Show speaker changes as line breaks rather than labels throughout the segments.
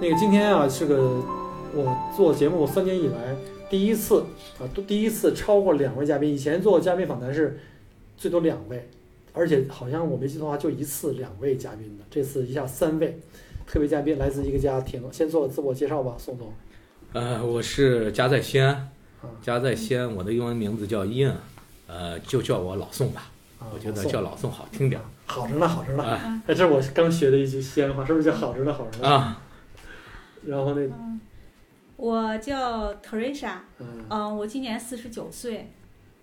那个今天啊，是个我做节目三年以来第一次啊，都第一次超过两位嘉宾。以前做嘉宾访谈是最多两位，而且好像我没记错的话，就一次两位嘉宾的，这次一下三位。特别嘉宾来自一个家庭，先做自我介绍吧，宋总。
呃，我是家在西安
嗯，
家在西安，我的英文名字叫 Ian，呃，就叫我老宋吧，
啊，
我觉得
宋
叫老宋好听点儿
好着呢，好着呢。
哎
哎，这是我刚学的一句西安话，是不是叫好着呢，好着呢？
啊。
然后那，
嗯，我叫 Teresa，
嗯
嗯、我今年四十九岁，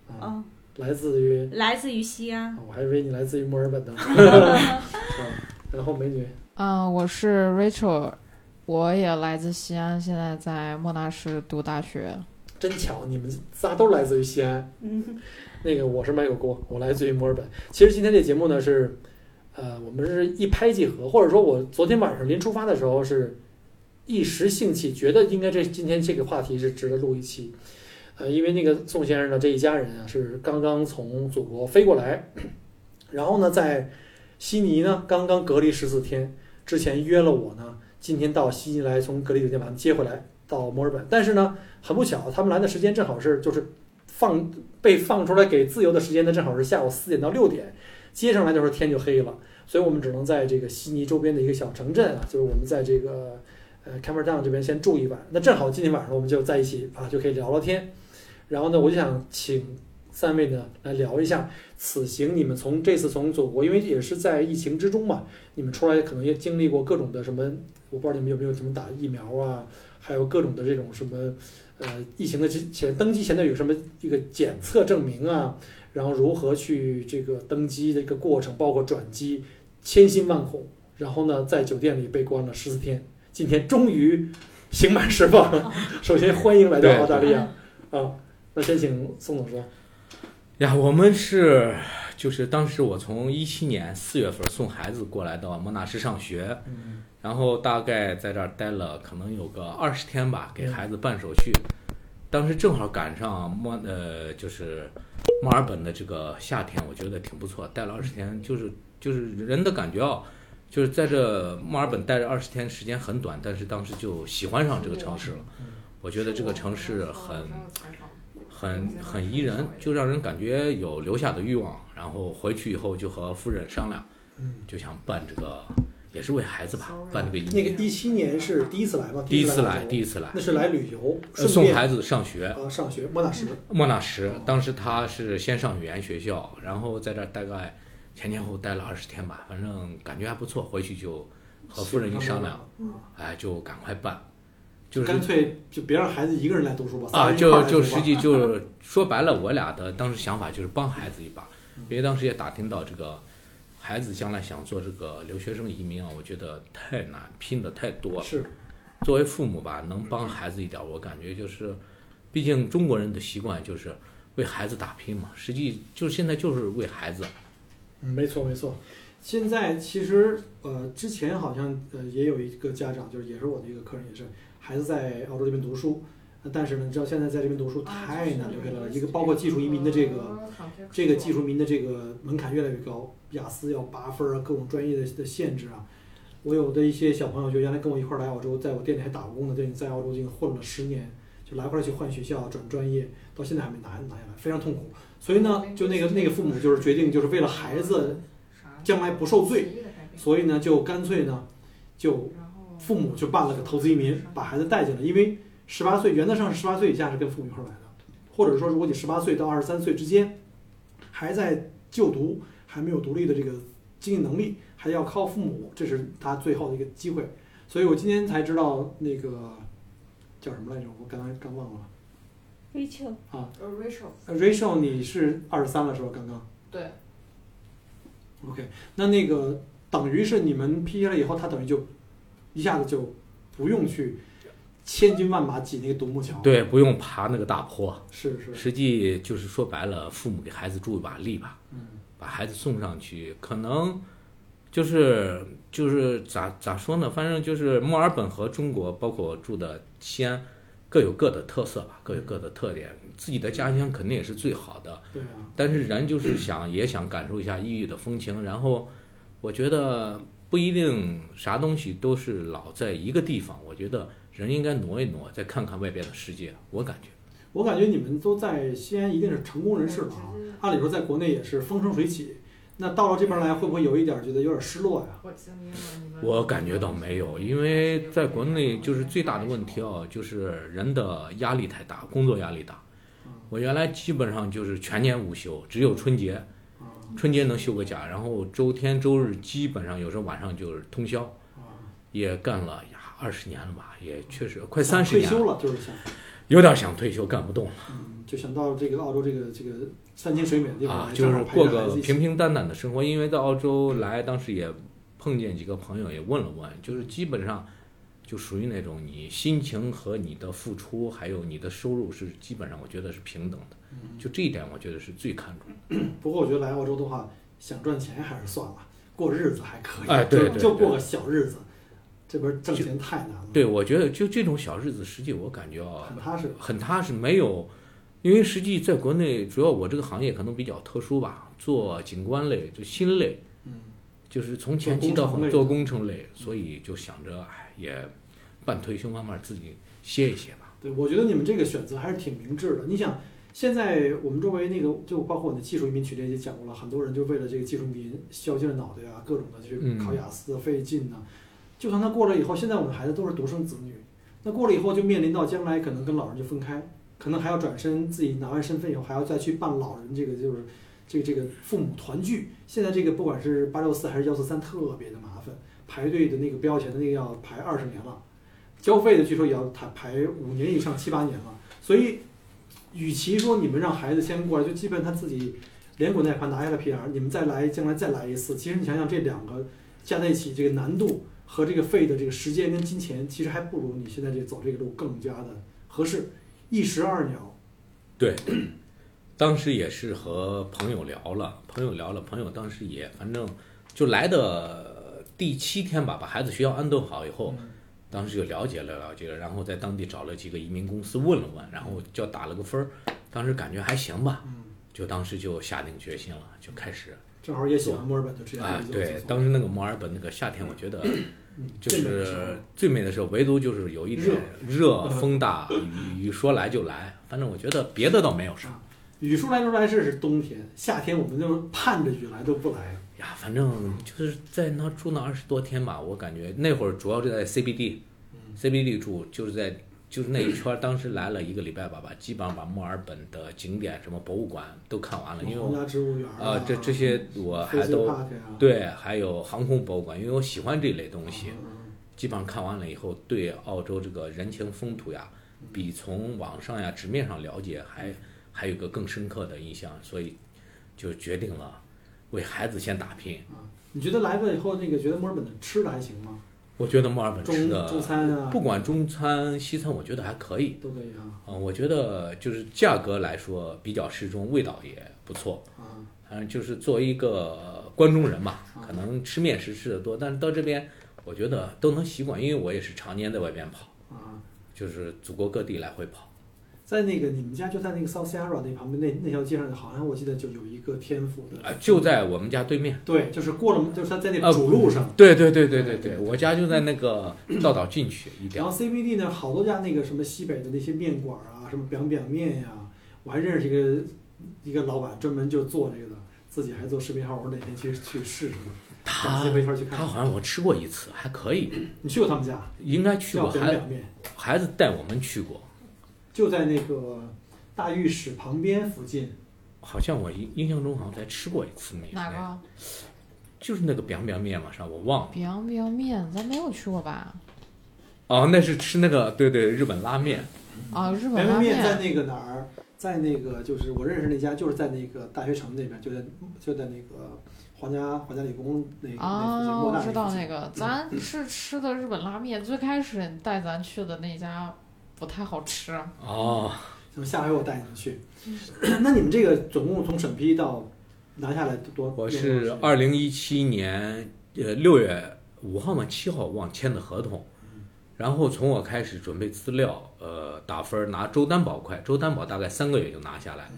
嗯、
啊，来自于，啊
来自于西安，
我还以为你来自于墨尔本呢。然后美女，
嗯，我是 Rachel，我也来自西安，现在在莫纳什读大学。
真巧，你们仨都来自于西安。
嗯，
那个我是麦克郭，我来自于墨尔本。其实今天这节目呢是，呃，我们是一拍即合，或者说我昨天晚上临出发的时候是一时兴起，觉得应该这今天这个话题是值得录一期。呃，因为那个宋先生呢这一家人啊是刚刚从祖国飞过来，然后呢在悉尼呢刚刚隔离十四天，之前约了我呢今天到悉尼来，从隔离酒店把他们接回来到墨尔本。但是呢很不巧，他们来的时间正好是就是放被放出来给自由的时间呢，正好是下午四点到六点，接上来的时候天就黑了，所以我们只能在这个悉尼周边的一个小城镇啊，就是我们在这个呃 Camperdown 这边先住一晚。那正好今天晚上我们就在一起啊，就可以聊聊天。然后呢，我就想请三位呢来聊一下此行你们从这次从祖国，因为也是在疫情之中嘛，你们出来可能也经历过各种的什么，我不知道你们有没有什么打疫苗啊，还有各种的这种什么。呃，疫情的之前登机前的有什么一个检测证明啊，然后如何去这个登机的一个过程，包括转机，千辛万苦，然后呢，在酒店里被关了十四天，今天终于刑满释放。 首先欢迎来到
对
澳大利亚啊，那先请宋总说。
呀，我们是就是当时我从一七年四月份送孩子过来到莫纳什上学，
嗯
然后大概在这儿待了可能有个二十天吧，给
嗯
孩子办手续。当时正好赶上墨呃就是墨尔本的这个夏天，我觉得挺不错，待了二十天，就是就是人的感觉啊，就是在这墨尔本待着二十天时间很短，但是当时就喜欢上这个城市了。
嗯
我觉得这个城市很很很宜人，就让人感觉有留下的欲望。然后回去以后就和夫人商量，
嗯，
就想办这个，也是为孩子吧，办这个移
那
民。
个一七年是第一次来吗？
第一次来，
澳洲
第一次来，
那是来旅游，
呃
顺
送
便
孩子上学。
啊上学，莫纳什。
莫纳什当时他是先上语言学校，然后在这儿大概前前后后待了二十天吧，反正感觉还不错。回去就和夫人一商量，哎，就赶快办，就
嗯
是
干脆就别让孩子一个人来读书吧。仨
啊，
人一块儿
就
来读吧
就实际就是说白了，我俩的当时想法就是帮孩子一把，因为当时也打听到这个孩子将来想做这个留学生移民啊，我觉得太难，拼的太多了。
是
作为父母吧，能帮孩子一点儿，我感觉就是，毕竟中国人的习惯就是为孩子打拼嘛，实际就是现在就是为孩子，
嗯，没错没错。现在其实呃，之前好像呃也有一个家长，就是也是我的一个客人，也是孩子在澳洲这边读书，呃但是呢，你知道现在在这边读书
啊
太难留下来了，一个包括技术移民的这个这个技术移民的这个门槛越来越高，雅思要八分啊，各种专业的的限制啊。我有的一些小朋友就原来跟我一块儿来澳洲，在我店里还打过工的，对，在澳洲已经混了十年，就来回来去换学校、转专业，到现在还没拿拿下来，非常痛苦。所以呢，就那个那个父母就是决定，就是为了孩子将来不受罪，所以呢，就干脆呢，就父母就办了个投资移民，把孩子带进来。因为十八岁原则上是十八岁以下是跟父母一块儿来的，或者说如果你十八岁到二十三岁之间还在就读，还没有独立的这个经济能力，还要靠父母，这是他最后的一个机会。所以我今天才知道那个叫什么来着，我刚才刚忘了。
，Rachel，
Rachel，
Rachel，你是二十三了是吧？刚刚。
对。
OK，那那个等于是你们批下来以后，他等于就一下子就不用去千军万马挤那个独木桥。，
对，不用爬那个大坡，
是是，
实际就是说白了，父母给孩子助一把力吧。
嗯
把孩子送上去，可能就是就是咋咋说呢？反正就是墨尔本和中国，包括我住的西安，各有各的特色吧，各有各的特点。自己的家乡肯定也是最好的，
对啊，
但是人就是 想也想感受一下异域的风情。然后我觉得不一定啥东西都是老在一个地方，我觉得人应该挪一挪，再看看外边的世界。我感觉
我感觉你们都在西安一定是成功人士了啊。按理说在国内也是风生水起，那到了这边来会不会有一点觉得有点失落呀？
我感觉到没有，因为在国内就是最大的问题啊，就是人的压力太大，工作压力大。
嗯
我原来基本上就是全年无休，只有春节，
啊
春节能休个假，然后周天周日基本上有时候晚上就是通宵，
啊，
也干了呀二十年了吧，也确实快
想
三十
退
年了，
休了就是想，
有点想退休，干不动了
嗯，就想到这个澳洲这个这个山清水美的地方
啊
来，
就
正
是
好陪
过
着孩
个
子一起，
平平淡淡的生活。因为到澳洲来，当时也碰见几个朋友，也问了问，就是基本上就属于那种你心情和你的付出，还有你的收入是基本上我觉得是平等的，
嗯
就这一点我觉得是最看重的。
不过我觉得来澳洲的话，想赚钱还是算了，过日子还可以，
哎对
就
对
就
对
过个小日子，这边挣钱太难了，
对，我觉得就这种小日子，实际我感觉啊
很，踏实。
很踏实，没有，因为实际在国内，主要我这个行业可能比较特殊吧，做景观类就新类，
嗯，
就是从前期
做工
到
程类
后做工程类，所以就想着哎也半退休，慢慢自己歇一歇吧。
对，我觉得你们这个选择还是挺明智的。你想，现在我们周围那个，就包括我的技术移民群里也讲过了，很多人就为了这个技术移民削尖了脑袋啊，各种的去
嗯
考雅思、啊费劲呐、就算他过了以后，现在我们孩子都是独生子女，那过了以后就面临到将来可能跟老人就分开，可能还要转身自己拿完身份以后还要再去办老人这个就是这个这个父母团聚。现在这个不管是八六四还是幺四三，特别的麻烦，排队的那个标钱的那个要排二十年了。交费的据说也要排排五年以上七八年了，所以与其说你们让孩子先过来，就基本他自己连滚带爬拿下了 PR，你们再来将来再来一次，其实你想想这两个加在一起，这个难度和这个费的这个时间跟金钱，其实还不如你现在这走这个路更加的合适，一石二鸟。
当时也是和朋友聊了，朋友聊了，朋友当时也反正就来的第七天吧，把孩子学校安顿好以后，当时就了解了了解了，然后在当地找了几个移民公司问了问，然后就打了个分儿，当时感觉还行吧，
嗯，
就当时就下定决心了，就开始
正好也喜欢墨尔本，就嗯直接
啊
来，就
对，
走
当时那个墨尔本那个夏天，我觉得
嗯
就
这个时候
是最美的时候，唯独就是有一点热、风大、雨雨说来就来，反正我觉得别的倒没有啥
雨说来就来是是冬天，夏天我们就是盼着雨来都不来。
呀，反正就是在那住那二十多天吧，我感觉那会儿主要是在 CBD，CBD
嗯
住就是在就是那一圈儿，当时来了一个礼拜吧吧，基本上把墨尔本的景点什么博物馆都看完了，因为
皇
我
家植物园
啊这这些我呃还
Fraser
都
Park 啊呀
对，还有航空博物馆，因为我喜欢这类东西。
嗯
基本上看完了以后，对澳洲这个人情风土呀，比从网上呀、纸面上了解还还有个更深刻的印象，所以就决定了为孩子先打拼。
啊，你觉得来了以后，那个觉得墨尔本的吃的还行吗？
我觉得墨尔本呃吃
中中
的，
餐啊，
不管中餐、西餐，我觉得还可以。
都可以啊。
啊、我觉得就是价格来说比较适中，味道也不错。
啊，
反正就是作为一个关中人吧，可能吃面食吃的多，但是到这边我觉得都能习惯，因为我也是常年在外边跑，
啊，
就是祖国各地来回跑。
在那个你们家就在那个 South Sierra 那旁边那那条街上，好像我记得就有一个天府的
啊，就在我们家对面。
对，就是过了，就是他在那
呃
主路上。
对对对对对对，我家就在那个道道进去一点
然。后 CBD 呢，好多家那个什么西北的那些面馆啊，什么 biang biang 面呀、我还认识一个一个老板，专门就做这个的，自己还做视频号，我哪天去去试试呢？咱
他
们一块儿去看
他好像我吃过一次，还可以，
你去过他们家？
应该去
叫
过。
biang
孩
biang 面，
孩子带我们去过，
就在那个大浴室旁边附近。
好像我印印象中好像才吃过一次面。
哪？个？
就是那个 biang biang 面嘛，是吧？我忘了。
biang biang 面，咱没有去过吧？
哦，那是吃那个，对对，日本拉面。
啊，日
凉
本拉
面面在那个哪儿？在那个就是我认识那家，就是在那个大学城那边，就在就在那个皇家皇家理工那个那附近，
啊，
莫
我
大
知道那
个。
个，咱是吃的日本拉面，最开始你带咱去的那家不太好吃，
哦，
那么下回我带你们去。
嗯
那你们这个总共从审批到拿下来多？
我
多
是
长时间
二零一七年呃六月五号嘛七号忘签的合同，然后从我开始准备资料，呃，打分儿拿周担保快，周担保大概三个月就拿下来，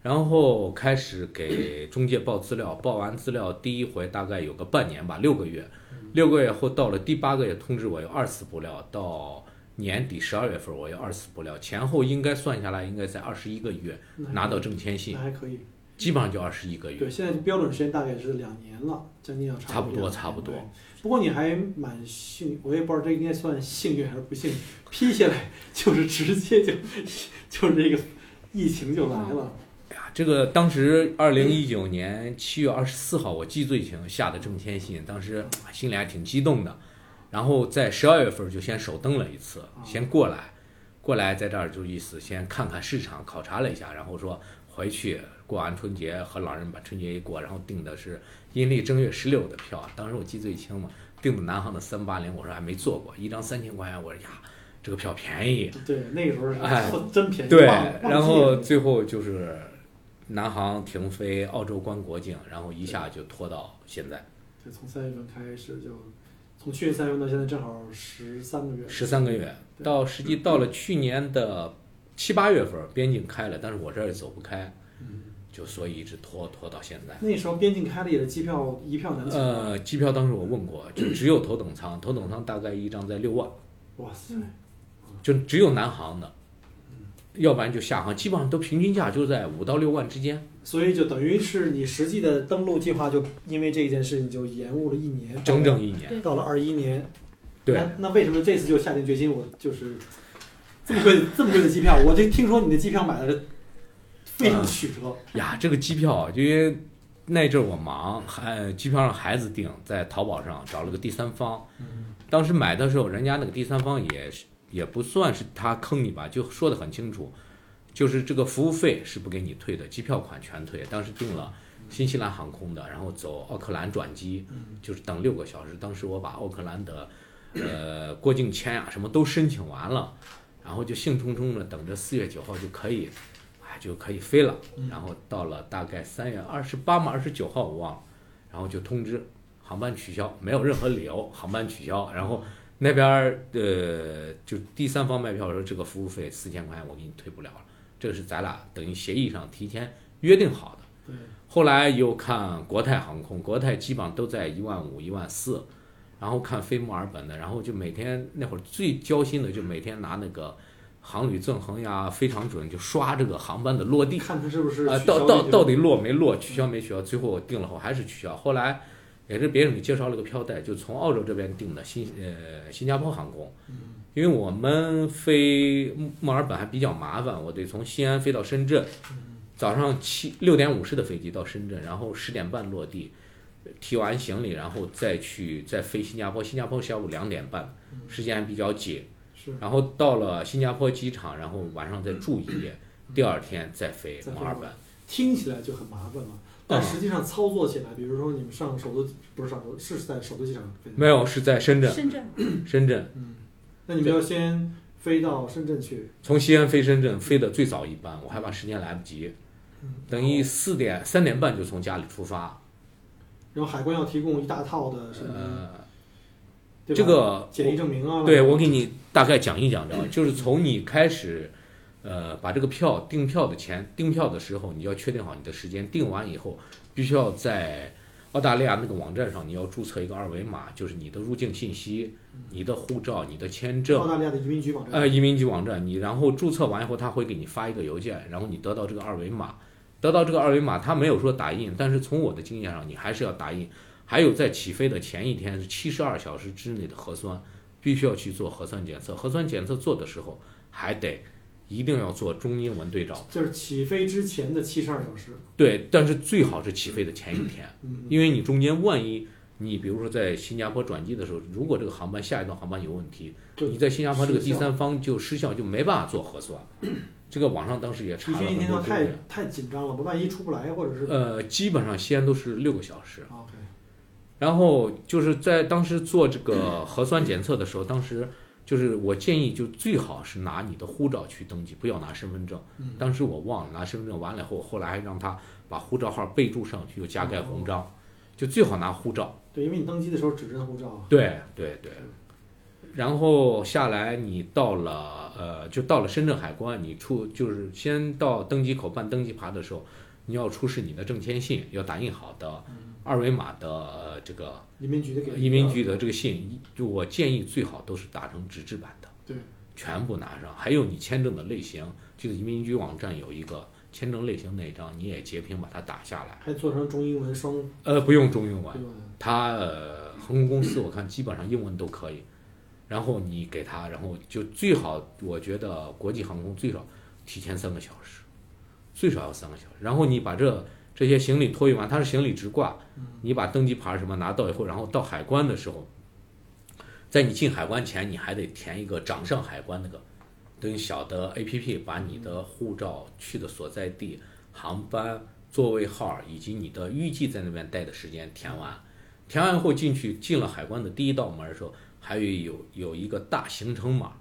然后开始给中介报资料，报完资料第一回大概有个半年吧，六个月，六个月后到了第八个月通知我有二次补料，到年底十二月份我有二次补料，前后应该算下来应该在二十一个月
那
拿到证签信
那，还可以。
基本上就二十一个月
对，。现在标准时间大概是两年了，将近要
差不多，
多
差不多
对。不过你还蛮幸，我也不知道这应该算幸运还是不幸运，批下来 就是直接就 就是这个疫情就来了。
哎呀，这个当时二零一九年七月二十四号，我记最清下的证签信，当时啊心里还挺激动的。然后在十二月份就先首登了一次，先过来，过来在这儿就意思先看看市场，考察了一下，然后说回去过完春节和老人把春节一过，然后订的是阴历正月十六的票，当时我记最清嘛，订的南航的三八零，我说还没坐过，一张三千块钱，我说呀这个票便宜，
对，那个时候是、
嗯哎
真便宜，
对，
忘忘记
然后
了
最后就是南航停飞，澳洲关国境，然后一下就拖到现在
对从三月份开始就，从去年三月份到现在正好十三个月，
十三个月，
对
到实际到了去年的七八月份，边境开了，但是我这儿也走不开，就所以一直拖拖到现在。
那时候边境开了也是机票一票难求。
呃，机票当时我问过，就只有头等舱，头等舱大概一张在六万，
哇塞，
就只有南航的，要不然就厦航，基本上都平均价就在五到六万之间。
所以就等于是你实际的登陆计划就因为这件事情就延误了一年，
整整一年，
到了二一年。
对，
那那为什么这次就下定决心？我就是这么贵的这么贵的机票，我就听说你的机票买的非
啊
常曲折。
呀，这个机票啊，因为那阵儿我忙，还机票让孩子订，在淘宝上找了个第三方。当时买的时候，人家那个第三方也是也不算是他坑你吧，就说的很清楚，就是这个服务费是不给你退的，机票款全退。当时订了新西兰航空的，然后走奥克兰转机，就是等六个小时。当时我把奥克兰的呃过境签呀、什么都申请完了，然后就兴冲冲的等着四月九号就可以，哎就可以飞了。然后到了大概三月二十八嘛，二十九号我忘了，然后就通知航班取消，没有任何理由，航班取消。然后那边儿呃，就第三方卖票说这个服务费四千块钱我给你退不了了，这个是咱俩等于协议上提前约定好的。
对，
后来又看国泰航空，国泰基本上都在一万五、一万四，然后看飞墨尔本的，然后就每天那会儿最交心的就每天拿那个航旅纵横呀、非常准就刷这个航班的落地。
看他是不是
啊，
取消
到到
那个
到底落没落，取消没取消，最后我定了后还是取消。后来也是别人给介绍了个票代，就从澳洲这边订的新呃新加坡航空，
嗯
因为我们飞墨尔本还比较麻烦，我得从西安飞到深圳，
嗯
早上七六点五十的飞机到深圳，然后十点半落地。提完行李，然后再去再飞新加坡，新加坡下午两点半，时间还比较紧。
嗯是
然后到了新加坡机场，然后晚上再住一夜，第二天再飞
再飞
墨尔本。
听起来就很麻烦了，
啊
但实际上操作起来，比如说你们上首都不是上首是在首都机场飞的，嗯
没有，是在深圳，
深圳
深圳
那你们要先飞到深圳去，
从西安飞深圳，飞的最早一班，我害怕时间来不及，
嗯
等于
哦
四点三点半就从家里出发。
然后海关要提供一大套的什么，
呃，
嗯对吧
这个
检疫证明啊，
对我给你大概讲一讲着，就是从你开始，呃，把这个票订票的钱，订票的时候你要确定好你的时间，订完以后必须要在澳大利亚那个网站上你要注册一个二维码，就是你的入境信息、
嗯
你的护照、你的签证
澳。大利亚的移民局网站，
呃，移民局网站，你然后注册完以后，他会给你发一个邮件，然后你得到这个二维码，得到这个二维码，他没有说打印，但是从我的经验上，你还是要打印。还有在起飞的前一天是七十二小时之内的核酸，必须要去做核酸检测。核酸检测做的时候，还得一定要做中英文对照。
就是起飞之前的七十二小时，
对，但是最好是起飞的前一天，
嗯，
因为你中间万一你比如说在新加坡转机的时候，如果这个航班下一段航班有问题，
对
你在新加坡这个
失
第
效
三方就失效，就没办法做核酸，这个网上当时也查
必
了
须
很
一天
多
到
资
太
料。
太紧张了吧？万一出不来，或者是
呃，基本上西安都是六个小时。
啊 OK，
然后就是在当时做这个核酸检测的时候，当时就是我建议就最好是拿你的护照去登记，不要拿身份证。
嗯，
当时我忘了拿身份证，完了以后，后来还让他把护照号备注上去，又加盖红
嗯
章，就最好拿护照。
对，因为你登机的时候只认护照，
对对对。然后下来，你到了呃，就到了深圳海关，你出就是先到登机口办登机牌的时候，你要出示你的证签信，要打印好的
嗯
二维码的、呃这个
移民局的给
移民局的这个信，就我建议最好都是打成纸质版的，
对，
全部拿上。还有你签证的类型，就是移民局网站有一个签证类型那一张，你也截屏把它打下来。
还做成中英文双
呃，不用中英文，
对吧
它呃航空公司我看基本上英文都可以。然后你给他，然后就最好，我觉得国际航空最少提前三个小时，最少要三个小时。然后你把这这些行李托运完，它是行李直挂，
嗯
你把登机牌什么拿到以后，然后到海关的时候，在你进海关前，你还得填一个掌上海关那个等于小的 APP，把你的护照、去的所在地、航班、座位号以及你的预计在那边待的时间填完。填完以后进去，进了海关的第一道门的时候，还有有有一个大行程码，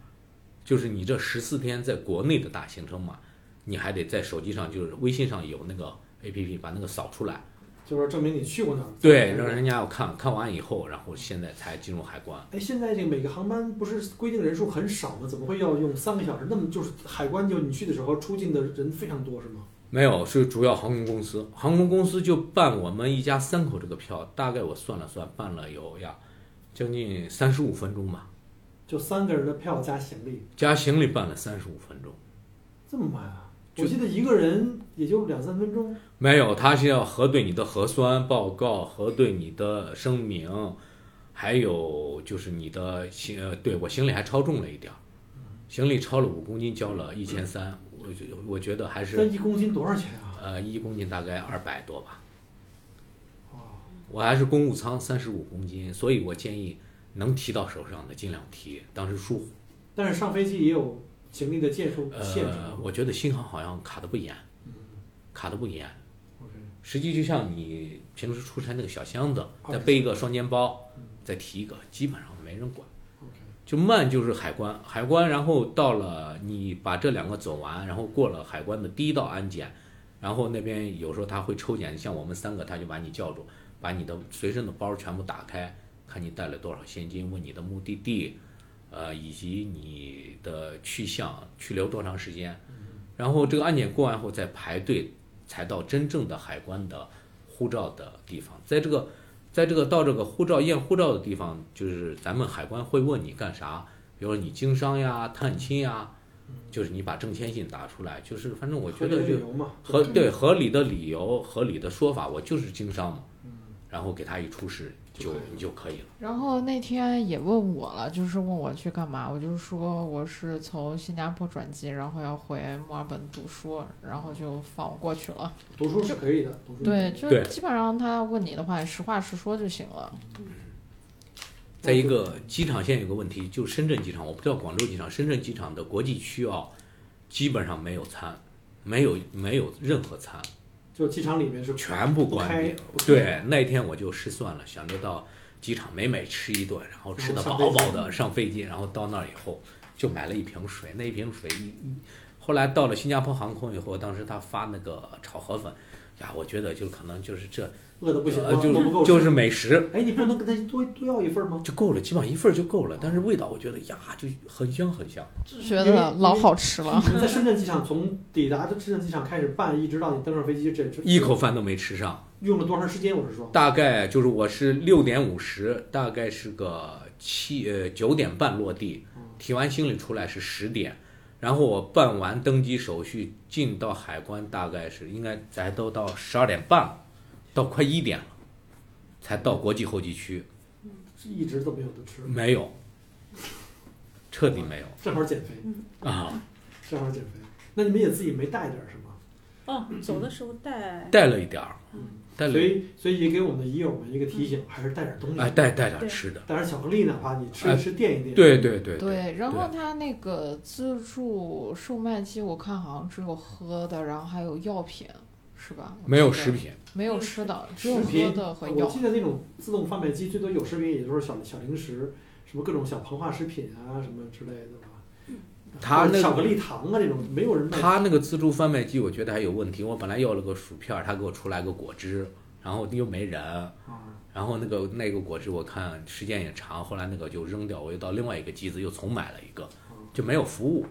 就是你这十四天在国内的大行程码，你还得在手机上就是微信上有那个 APP 把那个扫出来。
就是证明你去过哪儿。
对，让人家要看看完以后，然后现在才进入海关。
哎，现在这个每个航班不是规定人数很少吗？怎么会要用三个小时？那么就是海关就你去的时候出境的人非常多是吗？
没有，是主要航空公司，航空公司就办我们一家三口这个票，大概我算了算，办了有呀，将近三十五分钟吧，
就三个人的票加行李，
加行李办了三十五分钟。
这么慢啊？
就
我记得一个人也就两三分钟。
没有，他是要核对你的核酸报告，核对你的声明，还有就是你的行，呃对我行李还超重了一点儿，行李超了五公斤，交了一千三，我觉我觉得还
那
是
一公斤多少钱啊？
呃一公斤大概二百多吧。
哦，
我还是公务舱三十五公斤，所以我建议能提到手上的尽量提。当时疏忽，
但是上飞机也有行李的件数限制。
呃，我觉得新航好像卡的不严，
嗯
卡的不严。
，OK，
实际就像你平时出差那个小箱子，
哦
再背一个双肩包
嗯，
再提一个，基本上没人管。
OK，
就慢就是海关，海关，然后到了你把这两个走完，然后过了海关的第一道安检，然后那边有时候他会抽检，像我们三个他就把你叫住，把你的随身的包全部打开，看你带了多少现金，问你的目的地，呃，以及你的去向，去留多长时间，然后这个安检过完后再排队，才到真正的海关的护照的地方，在这个。在这个到这个护照验护照的地方，就是咱们海关会问你干啥，比如说你经商呀、探亲呀，就是你把证签信打出来，就是反正我觉
合
得
理的
就
理由嘛，
合对合理的理由、合理的说法，我就是经商嘛，
嗯
然后给他一出示
就
就
可以了
你就可以了。
然后那天也问我了，就是问我去干嘛，我就说我是从新加坡转机，然后要回墨尔本读书，然后就放我过去了。
读书是可以的，读书
对，
是
就
对
基本上他问你的话，实话实说就行了。
再一个，机场现在有个问题，就深圳机场，我不知道广州机场，深圳机场的国际区啊，基本上没有餐，没有没有任何餐，
就机场里面是
全部关闭
不开。
对，那天我就失算了，想着到机场美美吃一顿，然后吃的
哦
饱饱的，上飞机，然后到那儿以后就买了一瓶水，那一瓶水一一，后来到了新加坡航空以后，当时他发那个炒河粉，呀，我觉得就可能就是这，
饿的不行了，
呃，就
饿不够
是
吃
就是美食
哎，你不能跟他多多要一份吗？
就够了，基本上一份儿就够了，但是味道我觉得呀，就很香很香。
觉得老好吃了。
你在深圳机场从抵达深圳机场开始办，一直到你登上飞机，这这
一口饭都没吃上，
用了多长时间？我是说，
大概就是我是六点五十，大概是个七呃九点半落地，
嗯
提完行李出来是十点，然后我办完登机手续进到海关，大概是应该咱都到十二点半了，到快一点了，才到国际候机区，
是一直都没有得吃，
没有，彻底没有
正好减肥，
啊！
正好减肥。那你们也自己没带点儿是吗？
哦，走的时候带
带了一点儿，
嗯，
带
所
了
以所以也给我们的蚁友们一个提醒，还是带点东西，
哎，带带点
对
吃的，
带点巧克力，哪怕你吃
哎
一吃垫一垫。
对对对
对，然后他那个自助售卖机，我看好像只有喝的，然后还有药品，是吧？我
没有
记得
食，品，
没有吃的，只有
食
喝
品
的和
我
药。
记得那种自动贩卖机最多有食品，也就是小小零食，什么各种小膨化食品啊什么之类的吧。
嗯他
或者
那
巧克
个
力糖啊这种，没有人卖。
他那个自助贩卖机，我觉得还有问题。我本来要了个薯片儿，他给我出来个果汁，然后又没人，
啊，
然后那个那个果汁我看时间也长，后来那个就扔掉，我又到另外一个机子又重买了一个，就没有服务，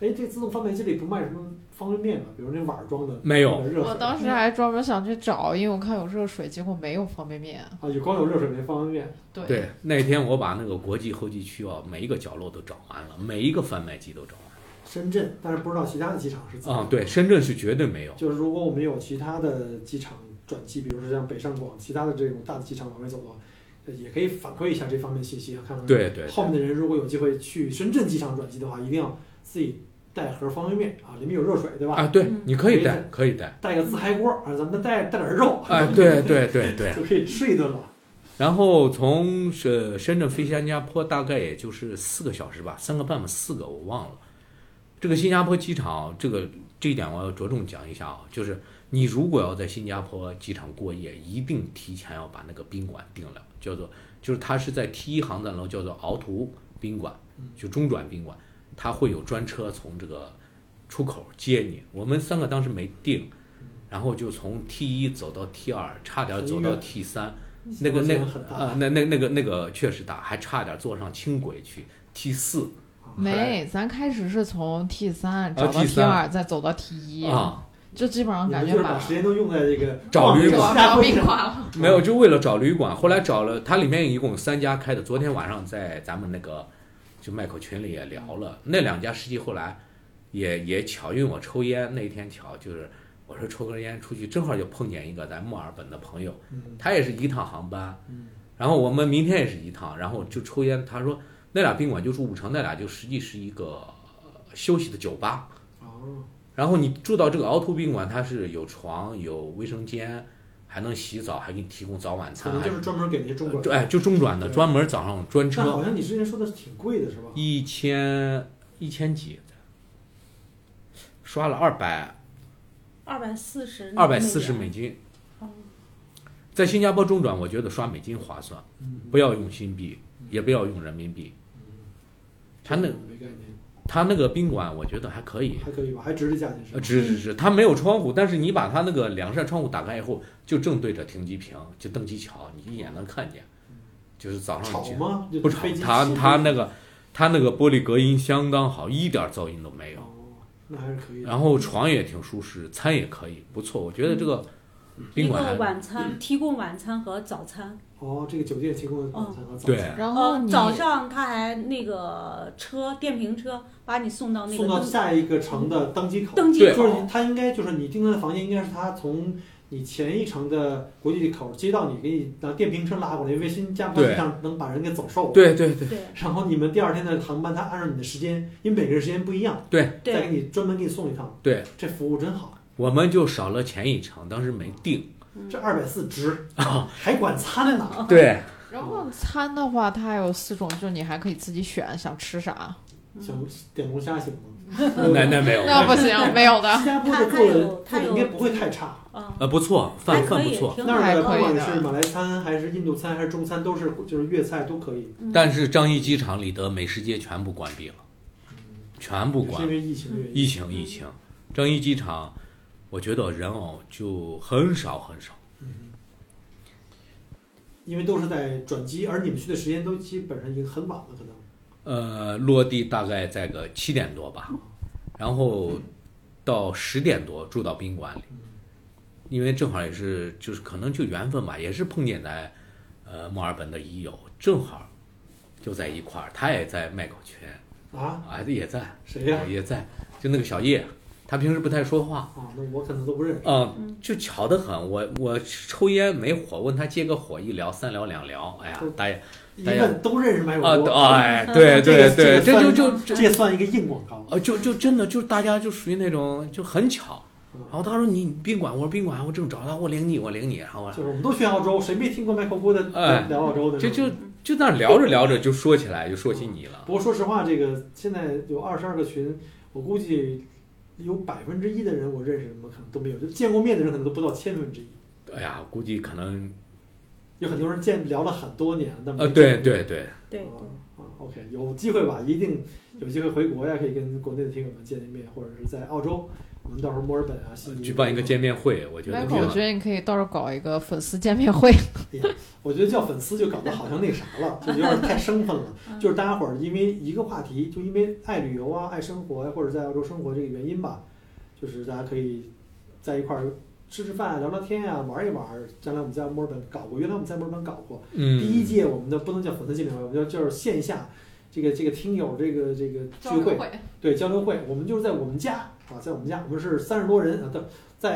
哎，这自动贩卖机里不卖什么方便面吗？比如那碗儿装的，
没有。
热水。
我当时还专门想去找，因为我看有热水，结果没有方便面。
啊，有光有热水没方便面，
对，
对，那天我把那个国际候机区啊，每一个角落都找完了，每一个贩卖机都找完
深圳，但是不知道其他的机场是怎么。
了。啊、对，深圳是绝对没有。
就是如果我们有其他的机场转机，比如说像北上广其他的这种大的机场往外走的话，呃也可以反馈一下这方面信息，啊看看
对对，对
后面的人如果有机会去深圳机场转机的话，一定要自己带盒方便面啊，里面有热水，对吧？
啊，对
嗯，
你可
可
以
以
带
带，
可以带。
带个自嗨锅啊，咱们带带点肉，
哎，对对对对。
就可以吃一顿了。
然后从深深圳飞新加坡大概也就是四个小时吧，三个半吧，四个我忘了。这个新加坡机场，这个这一点我要着重讲一下啊，就是你如果要在新加坡机场过夜，一定提前要把那个宾馆订了，叫做就是它是在 T 一航站楼叫做鳌图宾馆，就中转宾馆，它会有专车从这个出口接你。我们三个当时没订，然后就从 T 一走到 T 二，差点走到 T 三。那个那
个很大，
啊，那那那个那个确实大，还差点坐上轻轨去 T 四
没，咱开始是从 T 三找到
T3
T 二，再走到 T 一，
啊，
就基本上
你
感
们
觉
就是
把
把时间都用在这个
找驴
旅
吧
馆、
把
新
病
加坡
垮了。
没有，就为了找旅馆，后来找了，它里面一共有三家开的，昨天晚上在咱们那个就麦口群里也聊了，那两家实际后来也也巧，因为我抽烟那天巧就是。我说抽根烟出去，正好就碰见一个咱墨尔本的朋友，
嗯
他也是一趟航班，
嗯
然后我们明天也是一趟，然后就抽烟。他说那俩宾馆就住五城，那俩就实际是一个呃休息的酒吧，
哦，
然后你住到这个凹凸宾馆，它是有床、有卫生间，还能洗澡，还给你提供早晚
可
餐，
能
还
就是专门给那些中国人。
哎就中转的，
对
专门早上专
那好
车
像你之前说的是挺贵的是吧？
一千一千几，刷了二百
二百四十，
二百四十美金
嗯哦，
在新加坡中转，我觉得刷美金划算，
嗯
不要用新币，也不要用人民币。他那
嗯没概念，
他那个宾馆，我觉得还可以，
还可以吧？还值这价钱是
呃，
吧？
是是是，它没有窗户，但是你把它那个两扇窗户打开以后，就正对着停机坪，就登机桥，你一眼能看见。就是早上
吵
你去
吗？就
不吵
飞机，
它
起飞
它那个它那个玻璃隔音相当好，一点噪音都没有。
哦，那还是可以的。
然后床也挺舒适，餐也可以，不错。我觉得这个宾
嗯一
馆
个
还
晚餐提供晚餐和早餐，
哦，这个酒店提供的晚餐和早
对
餐，
然后
呃，
你
早上他还那个车电瓶车把你送到那个
送到
登
下一个城的登机口，
登机
对
就是
口，
他应该就是你订的房间，应该是他从你前一城的国际口接到你，给你拿电瓶车拉过来，因为新加坡机场能把人给走瘦。。
对对对
对
然后你们第二天的航班，他按照你的时间，因为每个人时间不一样，
对，
再
对，
给你专门给你送一趟。
对，
这服务真好，
我们就少了前一程，当时没定。
嗯
这二百四 值，
啊
还管擦在
哦
哪？
对，
然后餐的话，它还有四种，就你还可以自己选想吃啥。
嗯
想点龙虾行 吗？
那那没有，
那不行，没有的
新。加坡的
它
做的
它
做的
有
应该不会太差。
啊，
呃不错，
还
饭
可
饭不
以，
错，
挺
那
好
儿
还
的
可
不
以
管
的
是马来餐还是印度餐还是中餐，都是就是粤菜都可以，
嗯
但是樟宜机场里的美食街全部关闭了，全部
也是
关
因为疫情的原因。
疫情，疫情，樟宜机场，我觉得人哦就很少很少。
因为都是在转机，而你们去的时间都基本上已经很晚了，可能。
呃，落地大概在个七点多吧，然后到十点多住到宾馆里，因为正好也是就是可能就缘分吧，也是碰见咱呃墨尔本的蚁友，正好就在一块儿，他也在麦口群，
啊？
啊也在
谁呀、
也在，就那个小叶，他平时不太说话。
啊？那我可能都不认识。
嗯，就巧得很。我我抽烟没火，问他借个火，一聊三聊两聊，哎呀，大爷
一
哎呀
问都认识麦
啊
果，锅。
哎，对对对，
嗯这
这呃
个
就
算
就
这也算一个硬广告。
啊就就真的就是大家就属于那种就很巧，
嗯
然后他说你宾馆，我说宾馆，我正找他，我领你，我领你，然后我
就是我们都去澳洲，谁没听过麦克夫的
哎
聊澳洲的？
就就就那聊着聊着就说起来，就说起你了。
不过说实话，这个现在有二十二个群，我估计有百分之一的人我认识，我可能都没有，就见过面的人可能都不到千分之一。
哎呀，估计可能
有很多人见聊了很多年，但没
呃，对对对，
对对
啊啊，OK，有机会吧，一定有机会回国呀，可以跟国内的听友们见见面，或者是在澳洲，我们到时候墨尔本啊，悉尼
呃举办一个，见面会，我觉得挺
Michael，我
好
觉。得你可以到时候搞一个粉丝见 面会。
我觉得叫粉丝就搞得好像那啥了，就有点太生分了。
嗯
就是大家伙儿因为一个话题，就因为爱旅游啊、爱生活呀、或者在澳洲生活这个原因吧，就是大家可以在一块儿吃吃饭、啊聊聊天呀、玩一玩。将来我们在墨尔本搞过，原来我们在墨尔本搞过，
嗯，
第一届我们的不能叫粉丝见面会，我们叫就是线下这个这个听友这个这个聚会，
会，
对交流会，我们就是在我们家啊，在我们家，我们是三十多人啊，在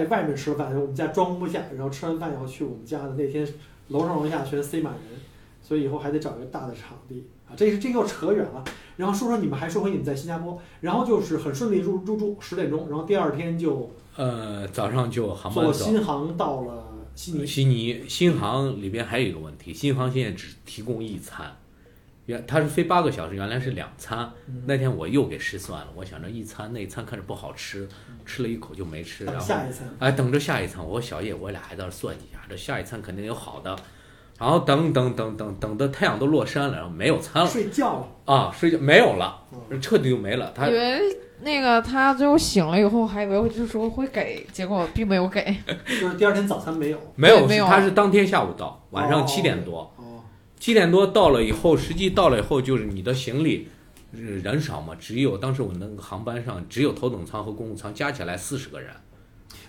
在外面吃饭，我们家装不下，然后吃完饭以后去我们家的那天，楼上楼下全塞满人，所以以后还得找一个大的场地啊，这是这又扯远了。然后说说你们还说回你们在新加坡，然后就是很顺利入入住十点钟，然后第二天就
呃，早上就航班
坐
走。
新航到了悉尼，
悉尼新航里边还有一个问题，新航现在只提供一餐，原它是飞八个小时，原来是两餐。嗯那天我又给失算了，我想着一餐那一餐看着不好吃，吃了一口就没吃，然
等
后
下一餐。
哎等着下一餐，我和小叶我俩还在那算计一下，这下一餐肯定有好的，然后等等等等等的太阳都落山了，然后没有餐了
睡觉了，
啊，睡觉没有了
嗯，
彻底就没了。他
以为那个他最后醒了以后，还以为我就说会给，结果并没有给。
就是第二天早餐没有。
没有，
没有
他是当天下午到，晚
哦
上七点多。
哦，
七点多到了以后，实际到了以后就是你的行李，呃人少嘛，只有当时我那个航班上只有头等舱和公务舱加起来四十个人，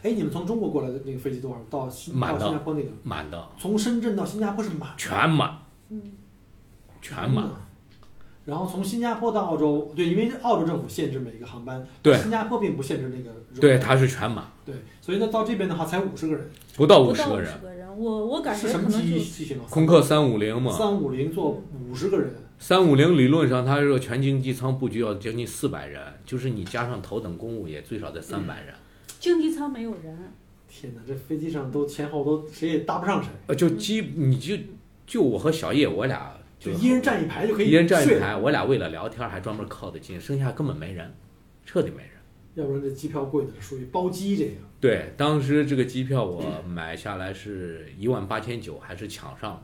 哎，你们从中国过来的那个飞机多少？到新
满
到
的
新加坡那个，
满的，
从深圳到新加坡是满的嗯
全满，
嗯
全满。。
然后从新加坡到澳洲，对，因为澳洲政府限制每一个航班，
对
新加坡并不限制那个容量，
对，它是全满，
对，所以呢，到这边的话才五十个人，
不到
不
五
到
十
五
个
十
人。
个人，我我感
是
觉
什么
可能
机
就
机型啊？
空客三五零嘛，
三五零坐五十个人，
三五零理论上它这个全经济舱布局要将近四百人，就是你加上头等公务也最少得三百人，
嗯经济舱没有人，
天哪，这飞机上都前后都谁也搭不上谁，
呃，就基你就就我和小叶我俩
就一人站一排就可以
一人站一
睡了
排，我俩为了聊天还专门靠得近，剩下根本没人，彻底没人。
要不然这机票贵的属于包机这个。
对，当时这个机票我买下来是一万八千九，还是抢上的。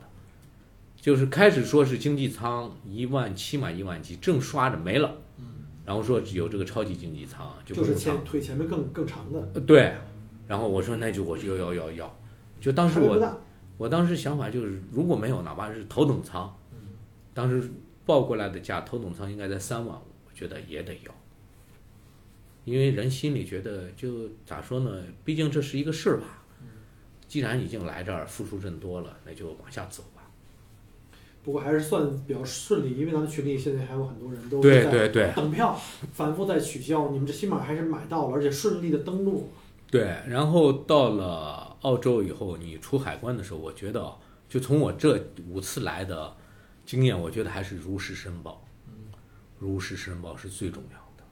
就是开始说是经济舱一万七嘛，一万七，正刷着没了，然后说有这个超级经济舱，嗯就
就
不
是
舱
前。腿前面更更长的，
呃对，然后我说那就我就要要要，就当时
差别不
我
大。
我当时想法就是如果没有，哪怕是头等舱，当时报过来的价，头等舱应该在三万五，我觉得也得要，因为人心里觉得就咋说呢，毕竟这是一个事儿吧。既然已经来这儿付出这么多了，那就往下走吧。
不过还是算比较顺利，因为咱们群里现在还有很多人都是
对
在
对对
等票，反复在取消，你们这起码还是买到了，而且顺利的登录。
对，然后到了澳洲以后，你出海关的时候，我觉得哦就从我这五次来的经验，我觉得还是如实申报，
嗯
如实申报是最重要的。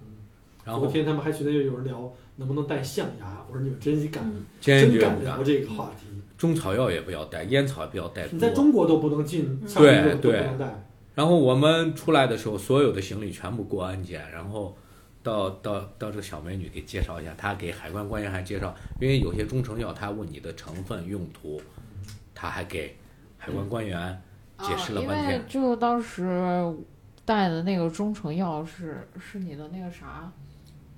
然后
昨天他们还觉得又有人聊能不能带象牙，我说你们真敢，
嗯
坚
真
决
敢
不
聊
敢，
这个话题。
中草药也不要带，烟草也不要带
你在
多。
中国都不能进，
嗯
上海都
对对
不能带。
然后我们出来的时候，所有的行李全部过安检，然后到到到这个小美女给介绍一下，她给海关官员还介绍，因为有些中成药，她问你的成分用途，她还给海关官员解释了
啊、
半
因为
天。
就当时带的那个中成药是是你的那个啥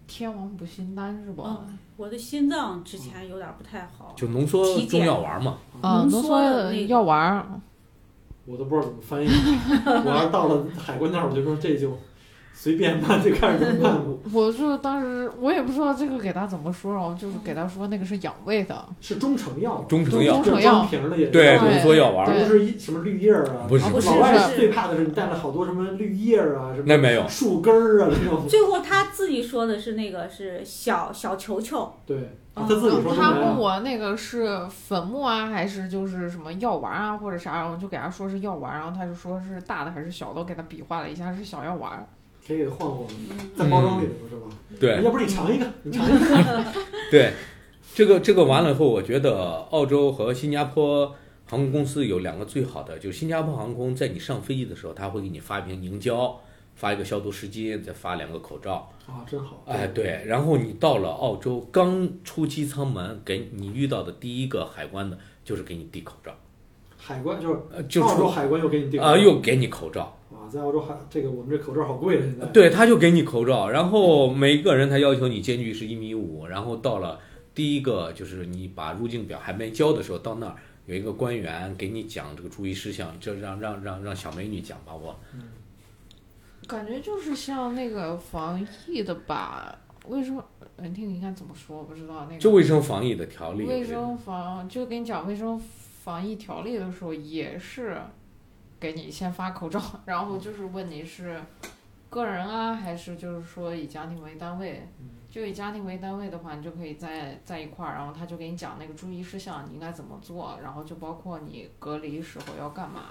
天王补心丹是吧？
嗯，我的心脏之前有点不太好，
嗯就浓缩中药丸嘛，
啊，
浓
浓
缩
缩
的那个
药丸儿，
我都不知道怎么翻 译。我要是到了海关那儿，我就说这就随便吧，就看 着怎么办。
我就当时我也不知道这个给他怎么说，然后就是给他说那个是养胃的，
嗯
是中成药吧，
中成药
就是装瓶儿的也是
对，
对
浓缩药丸
而
儿
对
不是一什么绿叶儿啊。
不是
啊不是
老外
是
最怕的是你带了好多什么绿叶儿啊，什么
那没有，
树根儿啊这 种。
最后他自己说的是那个是小小球球，
对，
哦
他自己说出
他
来
问
了。
我那个是粉末啊，还是就是什么药丸啊，或者啥，然后就给他说是药丸，然后他就说是大的还是小的，我给他比划了一下是小药丸儿。
可以给换换，
嗯
在包装里头是吧？
对
要不然你尝一个，你尝一个。
对。这个这个完了以后，我觉得澳洲和新加坡航空公司有两个最好的，就是新加坡航空在你上飞机的时候，他会给你发一瓶凝胶，发一个消毒湿巾，再发两个口罩。
啊，真好。
哎，对，然后你到了澳洲，刚出机舱门，给你遇到的第一个海关的就是给你递口罩，
海关就是
呃，就
澳洲
出
海关又给你订
啊、又给你口罩，
啊，在澳洲海这个我们这口罩好贵了，啊
嗯
现在
啊对，他就给你口罩，然后每个人他要求你间距是一米五，然后到了第一个就是你把入境表还没交的时候，到那儿有一个官员给你讲这个注意事项，这让让让让小美女讲吧，我
嗯
感觉就是像那个防疫的吧？为什么？文婷，你应该怎么说？我不知道那个。
就卫生防疫的条例，
嗯卫生防就跟你讲卫生防疫条例的时候，也是给你先发口罩，然后就是问你是个人啊，还是就是说以家庭为单位
嗯。
就以家庭为单位的话，你就可以在在一块儿，然后他就给你讲那个注意事项，你应该怎么做，然后就包括你隔离时候要干嘛。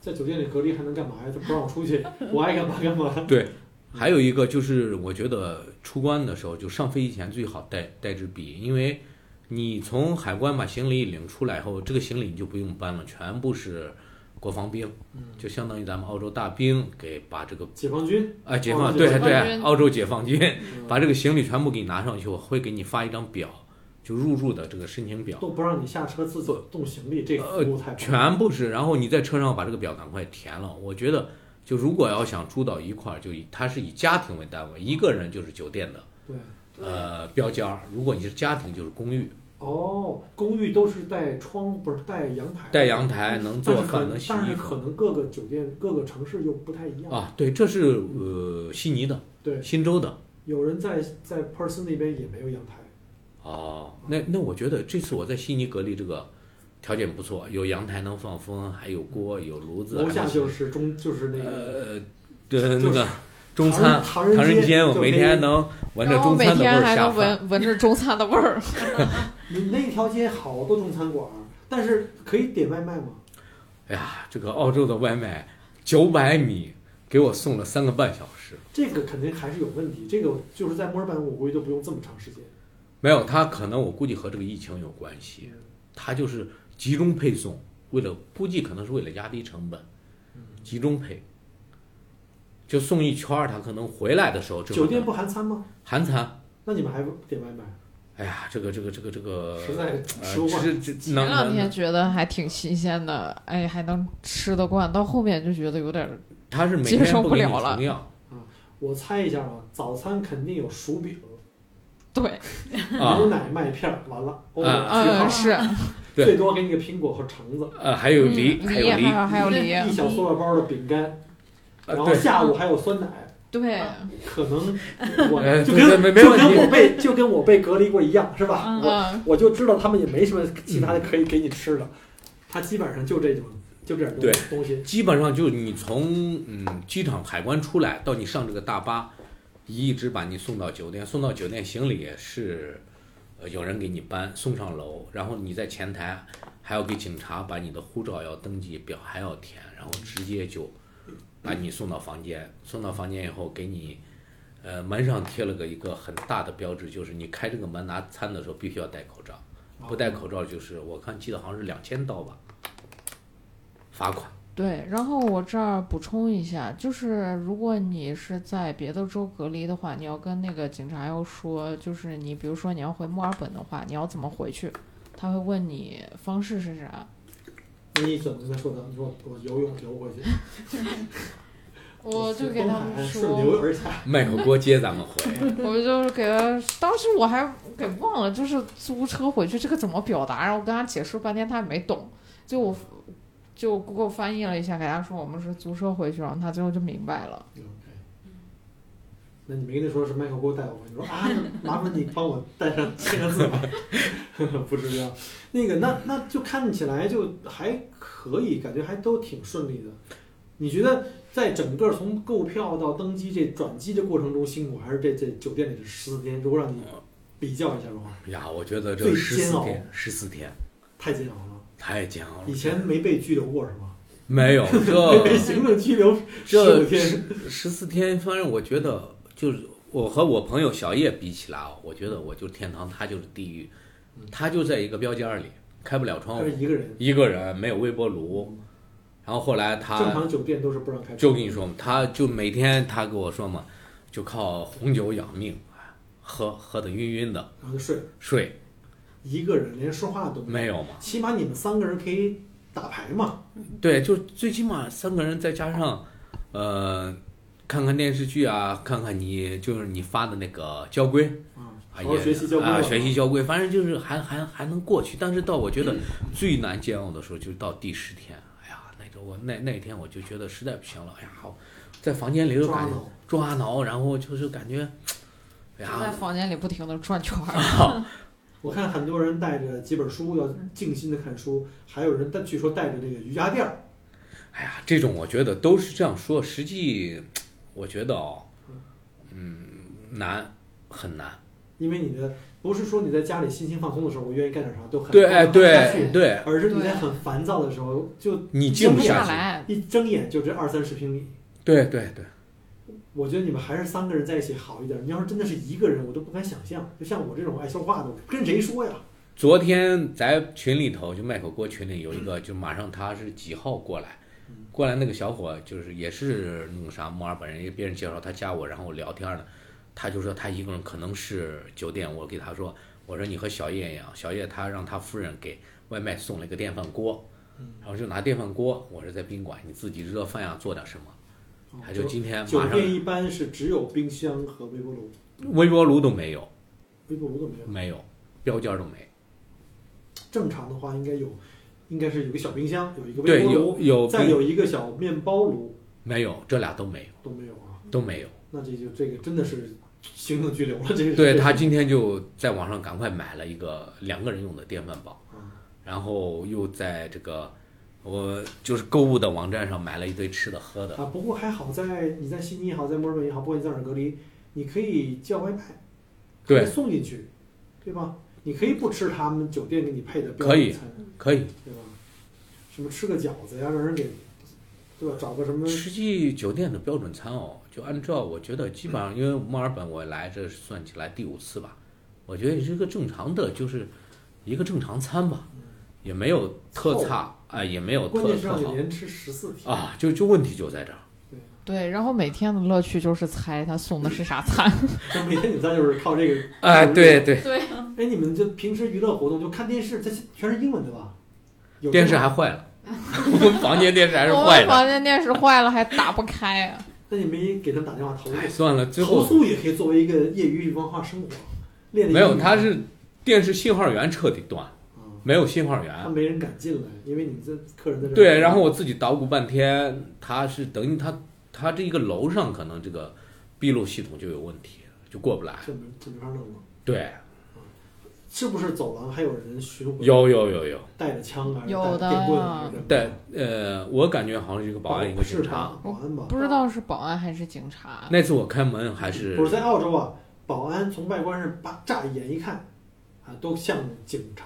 在酒店里隔离还能干嘛呀？他不让我出 去，我爱干嘛干嘛。
还有一个就是，我觉得出关的时候，就上飞机前最好带带支笔，因为你从海关把行李领出来后，这个行李你就不用搬了，全部是国防兵，
嗯，
就相当于咱们澳洲大兵给把这个
解放军
啊、解
澳
放
洲
对
解放
对
军
澳洲解放军
嗯
把这个行李全部给你拿上去，我会给你发一张表，就入住的这个申请表，
呃都不让你下车自己动行李，这个服务太棒了。
呃全部是，然后你在车上把这个表赶快填了。我觉得，就如果要想住到一块儿，就以它是以家庭为单位，一个人就是酒店的。
对，
呃标间儿。如果你是家庭，就是公寓，
哦，公寓都是带窗，不是带阳台，
带阳台，能
但
做
是可
饭，
能
能洗
但
衣
是
服
可能各个酒店、各个城市又不太一样。
啊。对，这是呃悉尼的，
对
新州的。
有人在在 Person 那边也没有阳台，
哦，那那我觉得这次我在悉尼隔离这个条件不错，有阳台能放风，还有锅，有炉子，
楼下
还能洗
就是中就是那个
呃对
就
那
是
个中餐。
唐
唐人街，
街，
我每天能闻着中餐的味
然后每天
儿
还
下
能
饭。
闻闻着中餐的味儿。
你那条街好多中餐馆儿，但是可以点外卖吗？
哎呀，这个澳洲的外卖九百米给我送了三个半小时。
这个肯定还是有问题，这个就是在墨尔本，我估计都不用这么长时间。
没有，它可能我估计和这个疫情有关系，它就是集中配送，为了估计可能是为了压低成本，
嗯
集中配，就送一圈儿，他可能回来的时候正好
酒店不含餐吗？
含餐，
那你们还点外卖？
哎呀，这个这个这个这个，
实在
呃
实，话，
这这
前
能
两天
能，
觉得还挺新鲜的，哎，还能吃得惯，到后面就觉得有点儿
他是每
接
天
受
不
不
给你
了了
重样
我猜一下啊，早餐肯定有薯饼、
对，
啊
牛，奶、麦片儿，完了，哦，
啊
句号
嗯，是，
对
最多给你个苹果和橙子，
呃，还有梨，
嗯
还有梨，嗯
还有还有梨，
一小塑料包的饼干，
呃
然后
对，
下午还有酸奶，
对，
可能
呃
我就
对对
跟
没没
就
问
跟
题
我被就跟我被隔离过一样，是吧？
嗯
我
嗯，
我就知道他们也没什么其
嗯
他的可以给你吃的，他基本上就这种就这点
对
东东西。
基本上就是你从嗯机场海关出来到你上这个大巴，一直把你送到酒店，送到酒店行李也是，呃有人给你搬送上楼，然后你在前台还要给警察把你的护照要登记表还要填，然后直接就把你送到房间，送到房间以后给你。呃，门上贴了个一个很大的标志，就是你开这个门拿餐的时候必须要戴口罩，不戴口罩就是我看记得好像是两千刀吧，罚款。
对，然后我这儿补充一下，就是如果你是在别的州隔离的话，你要跟那个警察要说，就是你比如说你要回墨尔本的话，你要怎么回去？他会问你方式是啥。
你怎么跟他说的？你说我游泳游过去，
我就给他们
顺流
说，
而下。
卖火锅接咱们回，
我就是给他，当时我还给忘了，就是租车回去这个怎么表达，然后我跟他解释半天，他也没懂，就我就 Google 翻译了一下，给他说我们是租车回去，然后他最后就明白了。
那你没跟他说是麦克锅带我回去，你说啊，麻烦你帮我带上签个字吧。 不知道，那个那那就看起来就还可以，感觉还都挺顺利的。你觉得在整个从购票到登机这转机的过程中辛苦，还是这这酒店里的十四天？如果让你
呃
比较一下的话，
哎呀，我觉得
最
这十
煎
四
熬
天，十四天
太煎熬了。
太煎熬了。
以前没被拘留过是吗？
没有
没被
这
行政拘留十五
呃这
天，
十四天，反正我觉得就是我和我朋友小叶比起来啊，我觉得我就是天堂，他就是地狱，他就在一个标间儿里，开不了窗
他
户
是，一个人，
一个人没有微波炉，然后后来他
正常酒店都是不让开。
就跟你说嘛，他就每天他跟我说嘛，就靠红酒养命，喝喝的晕晕的，
然后就睡，
睡
一个人连说话都没有。
没有嘛？
起码你们三个人可以打牌嘛，
对，就最起码三个人再加上，呃，看看电视剧啊，看看你就是你发的那个交规
啊，
啊，
好好
也
学习交朋
啊，
友，
学习交规，反正就是还还还能过去。但是到我觉
嗯
得最难煎熬的时候，就是到第十天，哎呀，那个我那那一天我就觉得实在不行了，哎呀，我在房间里就
抓
感觉
挠。
抓挠，然后就是感觉，哎
就在
呀，
房间里不停的转圈儿。
我看很多人带着几本书要静心的看书，还有人带据说带着这个瑜伽垫儿，
哎呀，这种我觉得都是这样说，实际我觉得哦，嗯，难，很难。
因为你的不是说你在家里心情放松的时候，我愿意干点啥都很
对，哎，
干不下
对
去
对，
而是你在很烦躁的时候，就
你 静
静
不
不
下
下
去。
来，
一睁眼就这二三十平米。
对对对，
我觉得你们还是三个人在一起好一点。你要是真的是一个人，我都不敢想象。就像我这种爱说话的，我跟谁说呀？
昨天在群里头，就麦口锅群里有一个，就马上他是几号过来
嗯，
过来那个小伙就是也是那个啥墨尔本人，别人介绍他加我，然后聊天呢，他就说他一个人可能是酒店，我给他说，我说你和小叶一样，小叶他让他夫人给外卖送了一个电饭锅
嗯，
然后就拿电饭锅，我是在宾馆，你自己热饭呀，做点什么，
哦
他就今天
酒
马上
店一般是只有冰箱和微波炉，
微波炉都没有，
微波炉都没有。
没有标间儿都没有。
正常的话应该有，应该是有个小冰箱，有一个微
对，
波
有
炉，
有
再
冰
有一个小面包炉
没有？这俩都没有，
都没有啊。
都没有。
那这就这个真的是行政拘留了，这个是
对他今天就在网上赶快买了一个两个人用的电饭煲，
嗯
然后又在这个我就是购物的网站上买了一堆吃的喝的。
啊。不过还好在你在悉尼也好，在墨尔本也好，不管你在哪儿隔离，你可以叫外卖，可以
对，
送进去，对吧？你可以不吃他们酒店给你配的标
可以
准餐，
可以。
对吧？什么吃个饺子呀，让人给，对吧？找个什么
实际酒店的标准餐哦，就按照我觉得基本上，因为墨尔本我来这算起来第五次吧，我觉得也是一个正常的，就是一个正常餐吧，也没有特
凑合
差啊、也没有
关
特
键是
特
让你
好
连吃十四天，
啊，就就问题就在这儿。
对，然后每天的乐趣就是猜他送的是啥餐。
就 每天你们仨就是靠这个
哎，
就是
对对，
对，
哎，你们就平时娱乐活动就看电视，这全是英文的吧？有
电视
中文
还坏了，我们房间 电视还是
我
坏
们
的。
房间电视坏了还打不开啊。
那你没给他们打电话投诉？
哎，算了，最
投
后
诉也可以作为一个业余文化生活练的。
没有，他是电视信号源彻底断，
啊，
没有信号
他
源。
没人敢进来，因为你这客人在这儿。
对，然后我自己捣鼓半天，他是等于他他这一个楼上可能这个闭路系统就有问题，就过不来。
这没这没法弄了。
对，
是不是走廊还有人巡回？
有有有有，
带着枪啊，
有的
带着电棍啊，还是什么
对，呃，我感觉好像是一个保安一个警
是
察。
吧保安吧？
不知道是保安还是警察，
那次我开门还是
不是在澳洲啊，保安从外观上把乍一眼一看，啊，都像警察，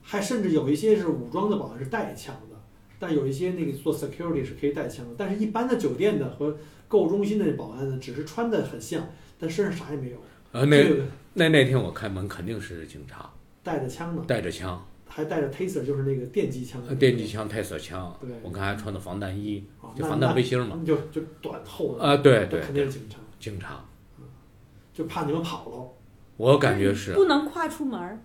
还甚至有一些是武装的保安是带枪的，但有一些那个做 security 是可以带枪的，但是一般的酒店的和购物中心的保安呢，只是穿的很像，但身上啥也没有。
呃那
这个
那那天我开门肯定是警察，
带着枪呢，
带着枪，
还带着 taser，就是那个电击枪
呃。电击枪、泰瑟枪
对，
我看还穿的防弹衣，
啊，
就
那
防
那
弹背心嘛
他。们就就短厚的，
啊，对对
那，肯定是警察，
警察，
就怕你们跑了。
我感
嗯
觉是
不能跨出门儿。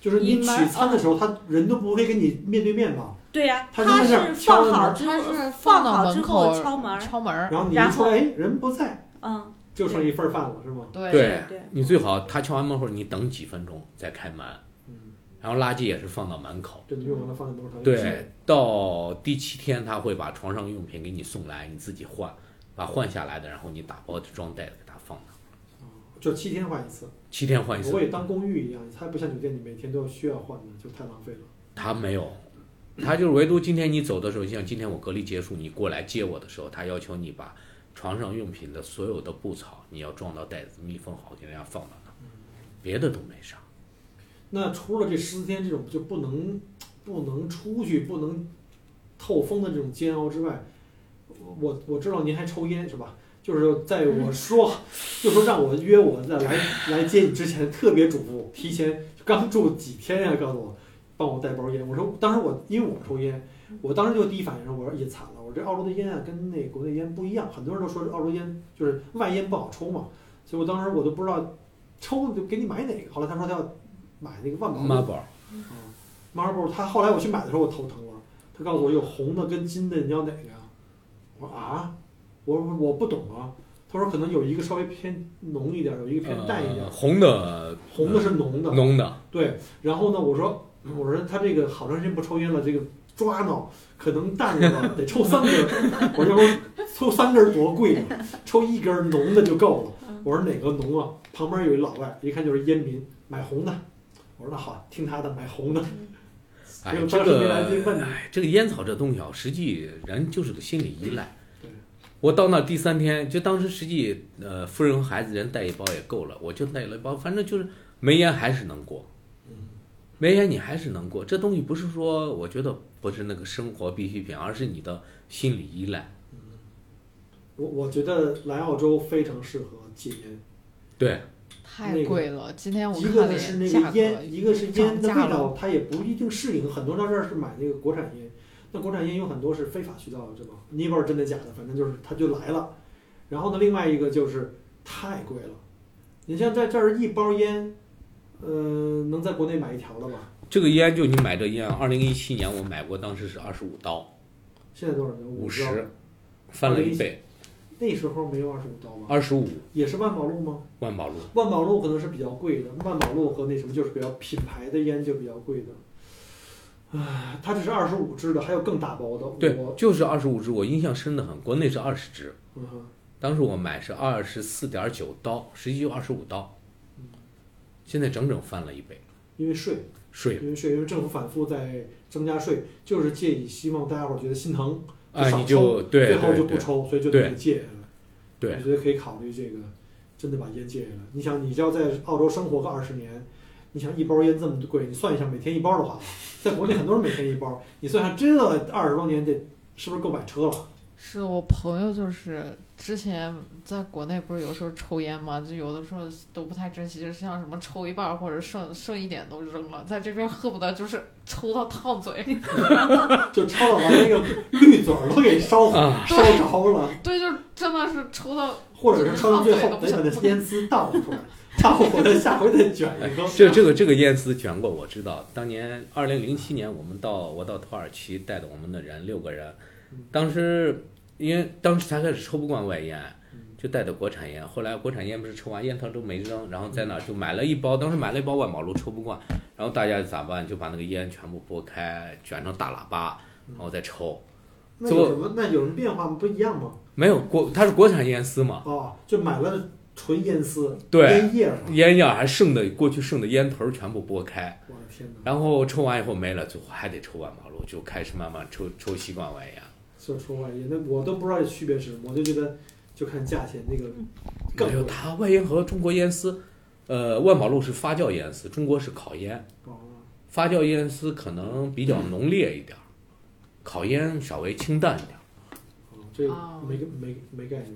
就是你
你
取
们
餐的时候，他人都不会跟你面对面吧？
对呀、
他
他
就是
是
敲
放
门
好
儿
之
他
后
是
放
到
好之
门
后
口
敲门儿，
敲门儿。
然后你
然
一出
后
来，哎，人不在，
嗯，
就剩一份饭了，是吗？
对
对
对
你最好他敲完门后，你等几分钟再开门，
嗯，
然后垃圾也是放到门口。
就你用完了放在门口。
对，到第七天他会把床上用品给你送来，你自己换，把换下来的，然后你打包装袋子给他放那儿。
嗯就七天换一次，
七天换一
我也
次，
当公寓一样，它不像酒店，你每天都需要换的，就太浪费了。
他没有，他就是唯独今天你走的时候，像今天我隔离结束，你过来接我的时候，他要求你把床上用品的所有的布草，你要装到袋子密封好，给人家放到那儿，
嗯
别的都没啥。
那除了这十四天这种就不能不能出去、不能透风的这种煎熬之外，我我知道您还抽烟是吧？就是在我说，就说让我约我在来来接你之前，特别嘱咐，提前刚住几天呀、告诉我帮我带包烟。我说当时我因为我抽烟，我当时就第一反应是我说也惨了，我这澳洲的烟啊跟那国内烟不一样，很多人都说这澳洲烟就是外烟不好抽嘛，所以我当时我都不知道抽就给你买哪个。后来他说他要买那个万宝路
妈宝，
啊，Marlboro，他后来我去买的时候我头疼了，他告诉我有红的跟金的，你要哪个呀？我说啊，我说我不懂啊。他说可能有一个稍微偏浓一点，有一个偏淡一点
呃，，红的
红的是浓的。
浓的，
对，然后呢，我说我说他这个好长时间不抽烟了，这个抓挠可能淡了吧，得抽三根儿。我就说抽三根儿多贵啊，抽一根儿浓的就够了。我说哪个浓啊？旁边有一老外，一看就是烟民，买红的。我说那好，听他的，买红的。
哎
没有，
这
当时没来得及
个
问你
哎，这个烟草这东西啊，实际人就是个心理依赖
对。
我到那第三天，就当时实际呃，夫人和孩子人带一包也够了，我就带了一包，反正就是没烟还是能过，
嗯
没烟你还是能过。这东西不是说我觉得不是那个生活必需品，而是你的心理依赖。
我我觉得来澳洲非常适合戒烟，
对，
太贵了。今天我
一
看
个
了
呢
一
是
眼
那
价
个
格，
烟，一个是烟的味
涨价
道，
了
它也不一定适应。很多到这儿是买那个国产烟，那国产烟有很多是非法渠道的，这帮你也不知道真的假的，反正就是它就来了。然后呢，另外一个就是太贵了，你像在这儿一包烟，呃，能在国内买一条了吧？
这个烟就你买这烟，二零一七年我买过，当时是二十五刀，
现在多少钱？
五
十。
十，翻了一倍，
那时候没有二十五刀吧？
二十五
也是万宝路吗？
万宝路。
万宝路可能是比较贵的，万宝路和那什么就是比较品牌的烟就比较贵的。唉，它这是二十五支的，还有更大包的。
对
我，
就是二十五支，我印象深得很。国内是二十支，
嗯哼，
当时我买是二十四点九刀，实际就二十五刀
嗯，
现在整整翻了一倍。
因为税，
税，
因为税，因为政府反复在增加税，就是借以希望大家伙儿觉得心疼，
啊，
少
你就对
最后就
对
不
对
抽，所以就得
对
戒。
对
我觉得可以考虑这个，真的把烟戒下来。你想，你要在澳洲生活个二十年，你想一包烟这么贵，你算一下每天一包的话，在国内很多人每天一包，你算下这二十多年得是不是够买车了？
是我朋友，就是之前在国内不是有时候抽烟嘛，就有的时候都不太珍惜，就像什么抽一半儿或者剩剩一点都扔了，在这边恨不得就是抽到 烫嘴，
就抄到把那个绿嘴儿都给烧
啊
烧着了，
对，就是真的是抽到
或者是抄到最后得把那烟丝倒出来，倒回来下回再卷一个。
哎这这个这个烟丝卷过，我知道。当年二零零七年，我们到我到土耳其带的我们的人六个人
嗯，
当时因为当时才开始抽不惯外烟
嗯，
就带的国产烟。后来国产烟不是抽完烟头都没扔，然后在
嗯
那儿就买了一包，当时买了一包万宝路抽不惯，然后大家咋办？就把那个烟全部拨开，卷成大喇叭，
嗯
然后再抽。
那有什么？那有什么变化吗？不一样吗？
没有国，它是国产烟丝嘛，
哦，就买了纯烟丝，
对，
烟叶儿嘛。
烟叶还剩的，过去剩的烟头儿全部拨开，
我的天哪！
然后抽完以后没了，最后还得抽万马路，就开始慢慢抽抽习惯玩烟。
就说外烟，那我都不知道这区别是什么，我就觉得就看价钱那个更
没有
贵
哎它外烟和中国烟丝，呃，万马路是发酵烟丝，中国是烤烟，
哦，
发酵烟丝可能比较浓烈一点儿，烤烟稍微清淡一点儿。
哦这个
哦
没没没概念。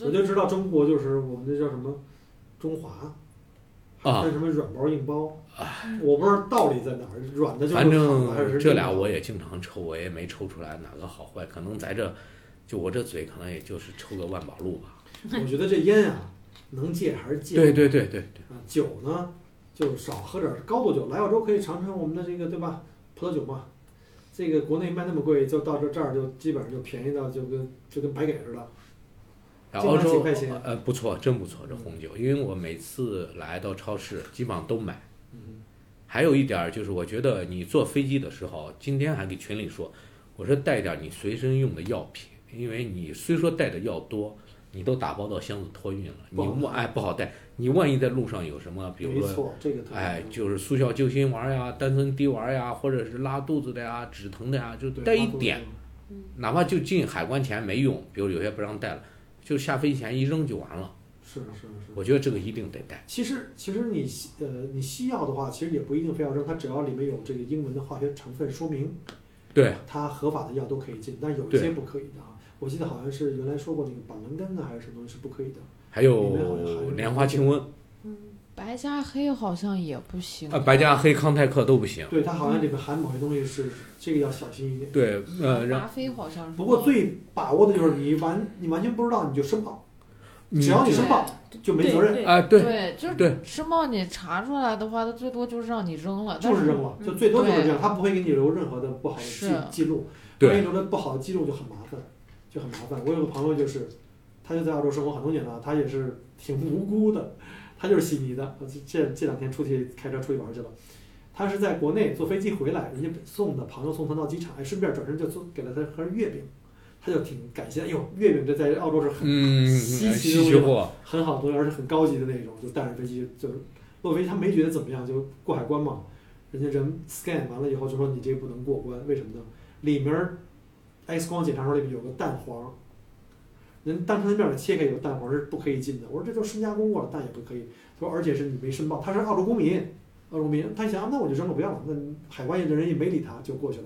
我
就
就知道中国就是我们这叫什么中华，
啊
还有什么软包硬包，我不知道道理在哪儿，软的就是
反
好的还是
正这俩
硬的
我也经常抽，我也没抽出来哪个好坏，可能在这，就我这嘴可能也就是抽个万宝路吧。
我觉得这烟啊，能戒还是戒。
对对对对对，
啊，酒呢就少喝点儿高度酒，来澳洲可以尝尝我们的这个对吧？葡萄酒嘛，这个国内卖那么贵，就到这这儿就基本上就便宜到就跟就跟白给似的。嗯
然
这
后
拿几
州
块钱
呃不错，真不错这红酒，因为我每次来到超市基本上都买。
嗯，
还有一点儿就是，我觉得你坐飞机的时候，今天还给群里说，我说带点儿你随身用的药品，因为你虽说带的药多，你都打包到箱子托运了，你
不好
万哎不好带，你万一在路上有什么，比
没
如说
错，这个特别
哎
重要
就是速效救心丸啊呀、丹参滴丸呀，或者是拉肚子的呀、止疼的呀，就
对
带一
拉肚子
点，哪怕就进海关前没用，比如有些不让带了，就下飞机前一扔就完了。
是是是。
我觉得这个一定得带。
其实其实你西呃你西药的话，其实也不一定非要扔，它只要里面有这个英文的化学成分说明，
对，
它合法的药都可以进，但有一
对
些不可以的啊。我记得好像是原来说过那个板蓝根呢还是什么东西是不可以的。
还有莲花清瘟
白加黑好像也不行
嗯
啊，白加黑、康泰克都不行。
对，它好像里面含某些东西是这个要小心一点。
对，呃，然
吗啡好像是。
不过最把握的就是你完你完全不知道你就申报，只要你
是
申报就没责任，
对
啊，对，
就是
对
申报你查出来的话，它最多就是让你扔了，但
就是扔了，就最多就是这样，它不会给你留任何的不好的记
是
记录，
对
万一留了不好的记录就很麻烦，就很麻烦。我有个朋友就是，他就在澳洲生活很多年了，他也是挺无辜的，他就是悉尼的，这这这两天出去开车出去玩去了。他是在国内坐飞机回来，人家送的朋友送他到机场，哎，顺便转身就送给了他盒月饼，他就挺感谢。哎呦，月饼这在澳洲是很、
嗯，
稀奇
稀
的味
奇
道
货，
很好的东西，而且很高级的那种，就带着飞机就是落飞机，他没觉得怎么样，就过海关嘛，人家人 scan 完了以后就说你这不能过关，为什么呢？里面儿 X 光检查出来里面有个蛋黄，人当着他面儿切开有个蛋黄是不可以进的。我说这都深加工过了，蛋也不可以。他说而且是你没申报，他是澳洲公民，澳洲公民，他一想、啊那我就扔了不要了，那海关的人也没理他，就过去了。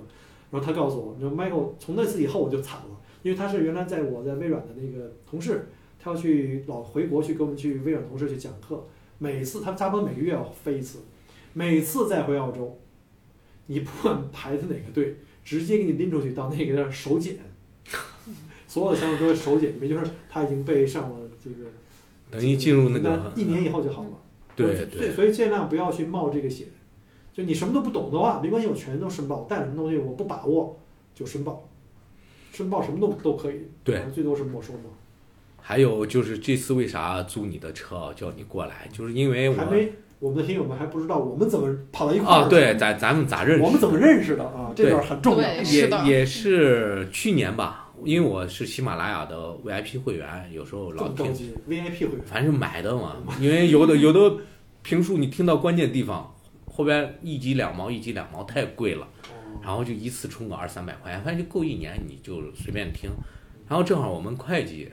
然后他告诉我，你说 Michael 从那次以后我就惨了，因为他是原来在我在微软的那个同事，他要去老回国去给我们去微软同事去讲课，每次他差不多每个月要飞一次，每次再回澳洲，你不管排的哪个队，直接给你拎出去到那个地儿首检，所有的项目都是首检，也就是他已经被上了这个，
等于进入那个
一年以后就好了。
对
对，
对
所以尽量不要去冒这个险。就你什么都不懂的话，没关系，我全都申报。但什么东西我不把握，就申报。申报什么都都可以，
对，
最多是没收嘛。
还有就是这次为啥租你的车啊叫你过来，就是因为
还
我
没我们的听友们还不知道我们怎么跑到一块儿
啊，
的
对，，咱咱们咋认识？
我们怎么认识的啊？这
对
段很重要。啊
对
也
是的
也是去年吧，因为我是喜马拉雅的 VIP 会员，有时候
这
老
么高
听，
级 VIP 会员，
反正买的嘛，因为有的有的评述你听到关键地方，后边一集两毛一集两毛太贵了，
哦
然后就一次充个二三百块钱，反正就够一年，你就随便听。然后正好我们会计，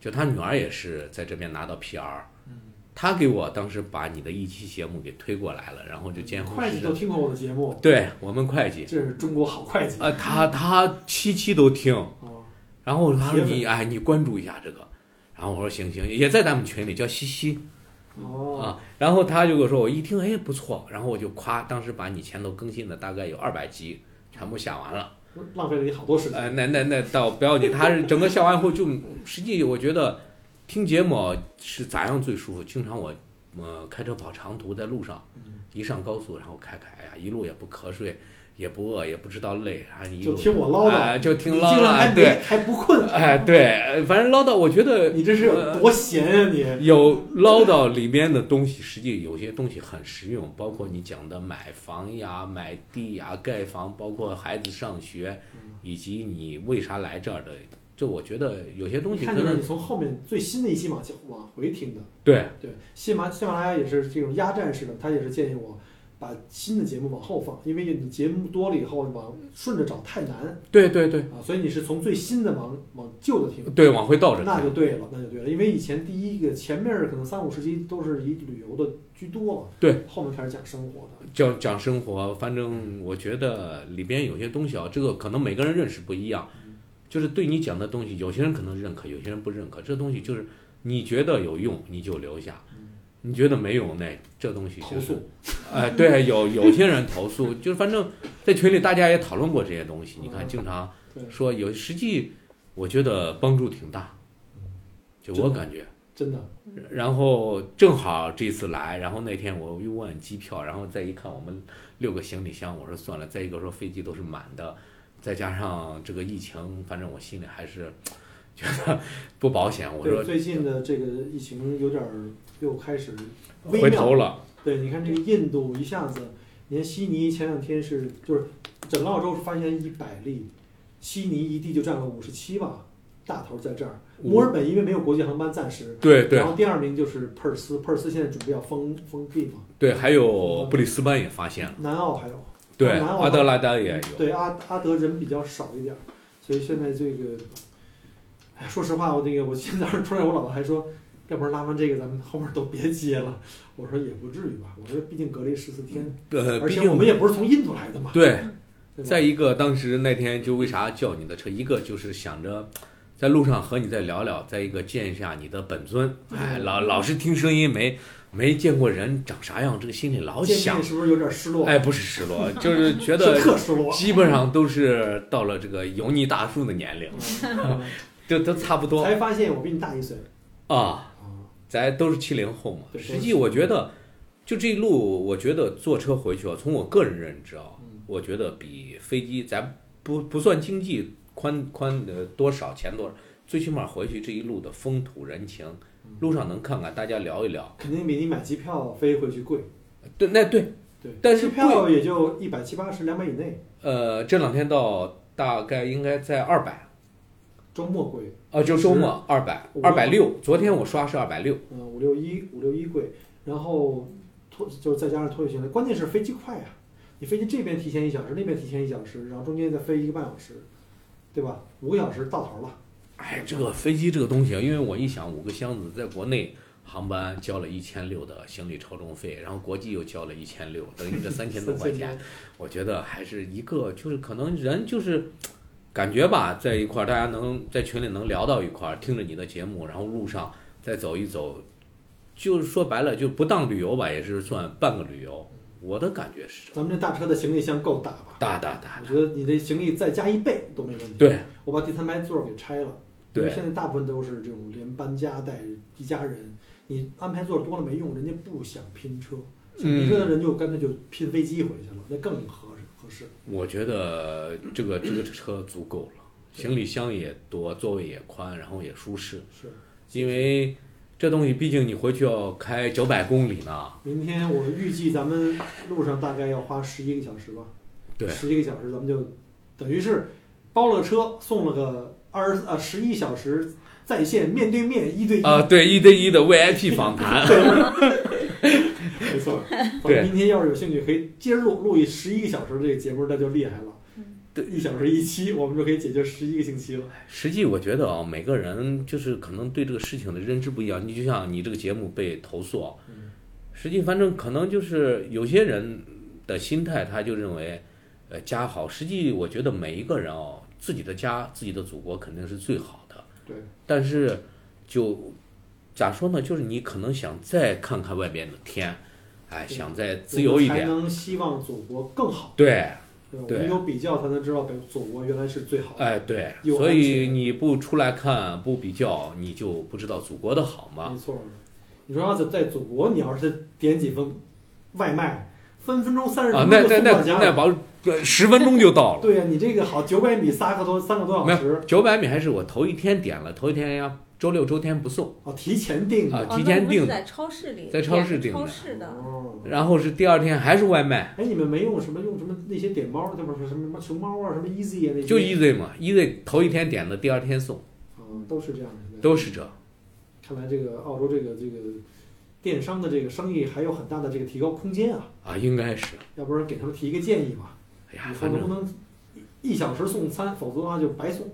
就他女儿也是在这边拿到 PR，
嗯
他给我当时把你的一期节目给推过来了，然后就监控
会
实
计都
证。
听过我的节目，
对我们会计，
这是中国好会计啊
呃，他他七期都听。！
哦
然后他
铁
说
粉
你哎，你关注一下这个。然后我说行行，也在咱们群里叫西西
哦，
啊。然后他就跟我说，我一听哎不错，然后我就夸，当时把你前头更新的大概有二百集全部下完了。
浪费了你好多时间。
呃，那那那倒不要紧，他是整个下完后就实际我觉得听节目是咋样最舒服。经常我呃开车跑长途在路上，
嗯
一上高速然后开开呀，一路也不瞌睡，也不饿，也不知道累，然后一
就
路
听我唠叨，
哎就听
你
唠
竟然还
叨，
没
对，
还不困，
哎对，呃反正唠叨，我觉得
你这是有多闲呀你？
有唠叨里面的东西，实际有些东西很实用，包括你讲的买房呀、买地呀、盖房，包括孩子上学，以及你为啥来这儿的，这我觉得有些东
你
西
看
可
就是
能
你从后面最新的一期往下往回听的，
对
对，喜马喜马拉雅也是这种压站式的，他也是建议我把新的节目往后放，因为你节目多了以后往顺着找太难
对对对
啊，所以你是从最新的往往旧的听，
对，往回倒着
那就
听，
对了，那就对了，因为以前第一个前面可能三五十集都是以旅游的居多了，
对，
后面开始讲生活的，
讲讲生活，反正我觉得里边有些东西啊，这个可能每个人认识不一样，就是对你讲的东西，有些人可能认可，有些人不认可，这东西就是你觉得有用你就留下。你觉得没用那这东西、就是、
投诉，
哎，对，有有些人投诉，就是反正在群里大家也讨论过这些东西。你
嗯
看，经常
对，
说有，实际我觉得帮助挺大，
嗯
就我
真的
感觉。
真的，
然后正好这次来，然后那天我又问机票，然后再一看我们六个行李箱，我说算了。再一个说飞机都是满的，再加上这个疫情，反正我心里还是觉得不保险。我
对，
说
最近的这个疫情有点儿又开始微
回
妙
头了，
对，你看这个印度一下子，你看悉尼前两天是就是整个澳洲是发现一百例，悉尼一地就占了五十七吧，大头在这儿。墨尔本因为没有国际航班，暂时。
嗯对对
然后第二名就是珀斯，珀斯现在准备要封封闭嘛，
对，还有布里斯班也发现了，
南澳还有，
对，
南澳
阿德莱丹也有。
对阿阿德人比较少一点儿，所以现在这个，哎，说实话，我那个我今天早上出来，我老婆还说，要不然拉完这个咱们后面都别接了，我说也不至于吧，我说毕竟隔离十四天，
呃，
而
毕
且
竟
我们也不是从印度来的嘛，
对，
对吧
再一个，当时那天就为啥叫你的车？一个就是想着在路上和你再聊聊，再一个见一下你的本尊。
嗯
哎，老老是听声音没没见过人长啥样，这个心里老
见面
想。
是不是有点失落？
哎，不是失落，就是
是
觉得
特失 落。
基本上都是到了这个油腻大叔的年龄，就都差不多
嗯才发现我比你大一岁。
啊。
啊，
咱都是七零后嘛，
对
实际我觉得，就这一路，我觉得坐车回去啊，从我个人认知啊，
嗯
我觉得比飞机咱不不算经济宽宽呃多少钱多少，最起码回去这一路的风土人情
嗯，
路上能看看大家聊一聊。
肯定比你买机票飞回去贵。
对，那对，
对，
但是
机票也就一百七八十、两百以内，
呃，这两天到大概应该在二百。
周末贵，
哦，就周末二百
五
二百六，260昨天我刷是二百六，
嗯，五六一、五六一贵，然后拖就是再加上拖累行李，关键是飞机快啊，你飞机这边提前一小时，那边提前一小时，然后中间再飞一个半小时，对吧？五个小时到头了，
哎，这个飞机这个东西，啊因为我一想，五个箱子在国内航班交了一千六的行李超重费，然后国际又交了一千六，等于这三千多块钱，我觉得还是一个就是可能人就是感觉吧，在一块儿大家能在群里能聊到一块儿，听着你的节目，然后路上再走一走，就是说白了就不当旅游吧，也是算半个旅游。我的感觉是这
咱们这大车的行李箱够大吧？
大大大
我，觉得你的行李再加一倍都没问题。，
对
我把第三排座儿给拆了，因为
对
现在大部分都是这种连搬家带一家人，你安排座儿多了没用，人家不想拼车，
嗯
想拼车的人就干脆就拼飞机回去了，那更合适合适。
我觉得这个这个车足够了，行李箱也多，座位也宽，然后也舒适。
是，
因为这东西毕竟你回去要开九百公里呢，
明天我预计咱们路上大概要花十一个小时吧，
对
十一个小时咱们就等于是包了车，送了个二十呃十一小时在线面对面一对一，
啊、对，一对一的 VIP 访谈，
没 错。
对
明天要是有兴趣，可以接着录录一十一个小时这个节目，那就厉害了。
嗯
对，一小时一期，我们就可以解决十一个星期了。
实际我觉得啊，每个人就是可能对这个事情的认知不一样。你就像你这个节目被投诉啊
嗯，
实际反正可能就是有些人的心态，他就认为，呃，家好。实际我觉得每一个人哦，自己的家、自己的祖国肯定是最好的。
对。
但是就咋说呢？就是你可能想再看看外边的天，哎，
对
想再自由一
我们才
点。
能希望祖国更好。
对，
对吧，
对
我们有比较才能知道北祖国原来是最好的。
哎，对，
有
所
安
以
全
你不出来看，不比较，你就不知道祖国的好嘛。
没错，你说要是在祖国，你要是点几份外卖，分分钟三十
啊，
分
那
钟就送
那那
到家
那
了。
保呃十分钟就到了，
对呀、你这个好，九百米三个多三个多小时，
九百米还是我头一天点了，头一天呀，周六周天不送
哦，提前订的。
啊，
哦
提
那我
前
们
订
是
的，
在超市里，
在超市订的
超市的，
哦，
然后是第二天还是外卖，
哎，你们没用什么用什么那些点猫，对吧？什么什么熊猫啊，什么 Easy 啊那些，
就 easy 嘛，easy 头一天点的，第二天送，
嗯，都是这样的。
都是这。
看来这个澳洲这个这个电商的这个生意还有很大的这个提高空间啊，
啊，应该是，
要不然给他们提一个建议吧，
哎呀
以，后
反
能不
正
能一一小时送餐，否则的话就白送。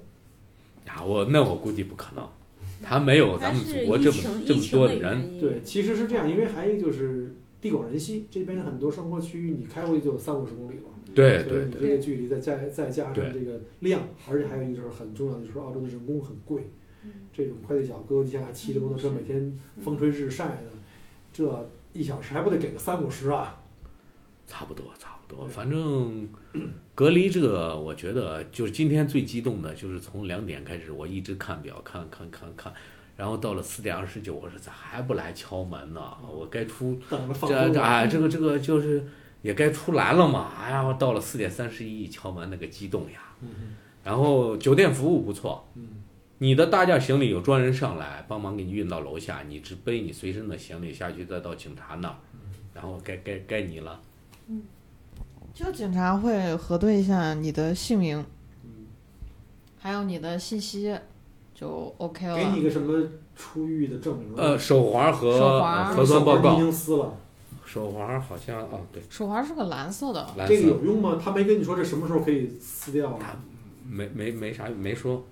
啊，我那我估计不可能，他没有咱
但
们
是
祖
疫
国这么
情
这
疫
么
情
多
的
的人，
原因，
对，其实是这样，因为还有一个就是地广人稀，这边很多生活区域你开过去就有三五十公里了，
对
所以
对
你
对，
这个距离再加再加上
对
这个量，而且还有一个就是很重要的就是澳洲的人工很贵，
嗯
这种快递小哥，你想想骑着摩托车每天风吹日晒的，这一小时还不得给个三五十啊？
差不多差不多，
对
反正隔离这个，我觉得就是今天最激动的就是从两点开始，我一直看表，看看看看，然后到了四点二十九，我说咋还不来敲门呢？我该出
等着嗯放
这
风
这
了
哎，这个这个就是也该出栏了嘛。哎呀，我到了四点三十一敲门，那个激动呀！
嗯
然后酒店服务不错，
嗯，
你的大件行李有专人上来帮忙给你运到楼下，你只背你随身的行李下去，再到警察那儿，
嗯
然后该该该你了。
就警察会核对一下你的姓名，
嗯
还有你的信息，就 OK
嗯，给
了
你。个什么出狱的证明？
呃，，手环和
手环
核酸报
已
告，
经撕了，
手环好像啊，对，
手环是个蓝色的，
蓝
这个
色，
有用吗？他没跟你说这什么时候可以撕掉啊？
没没没啥没说，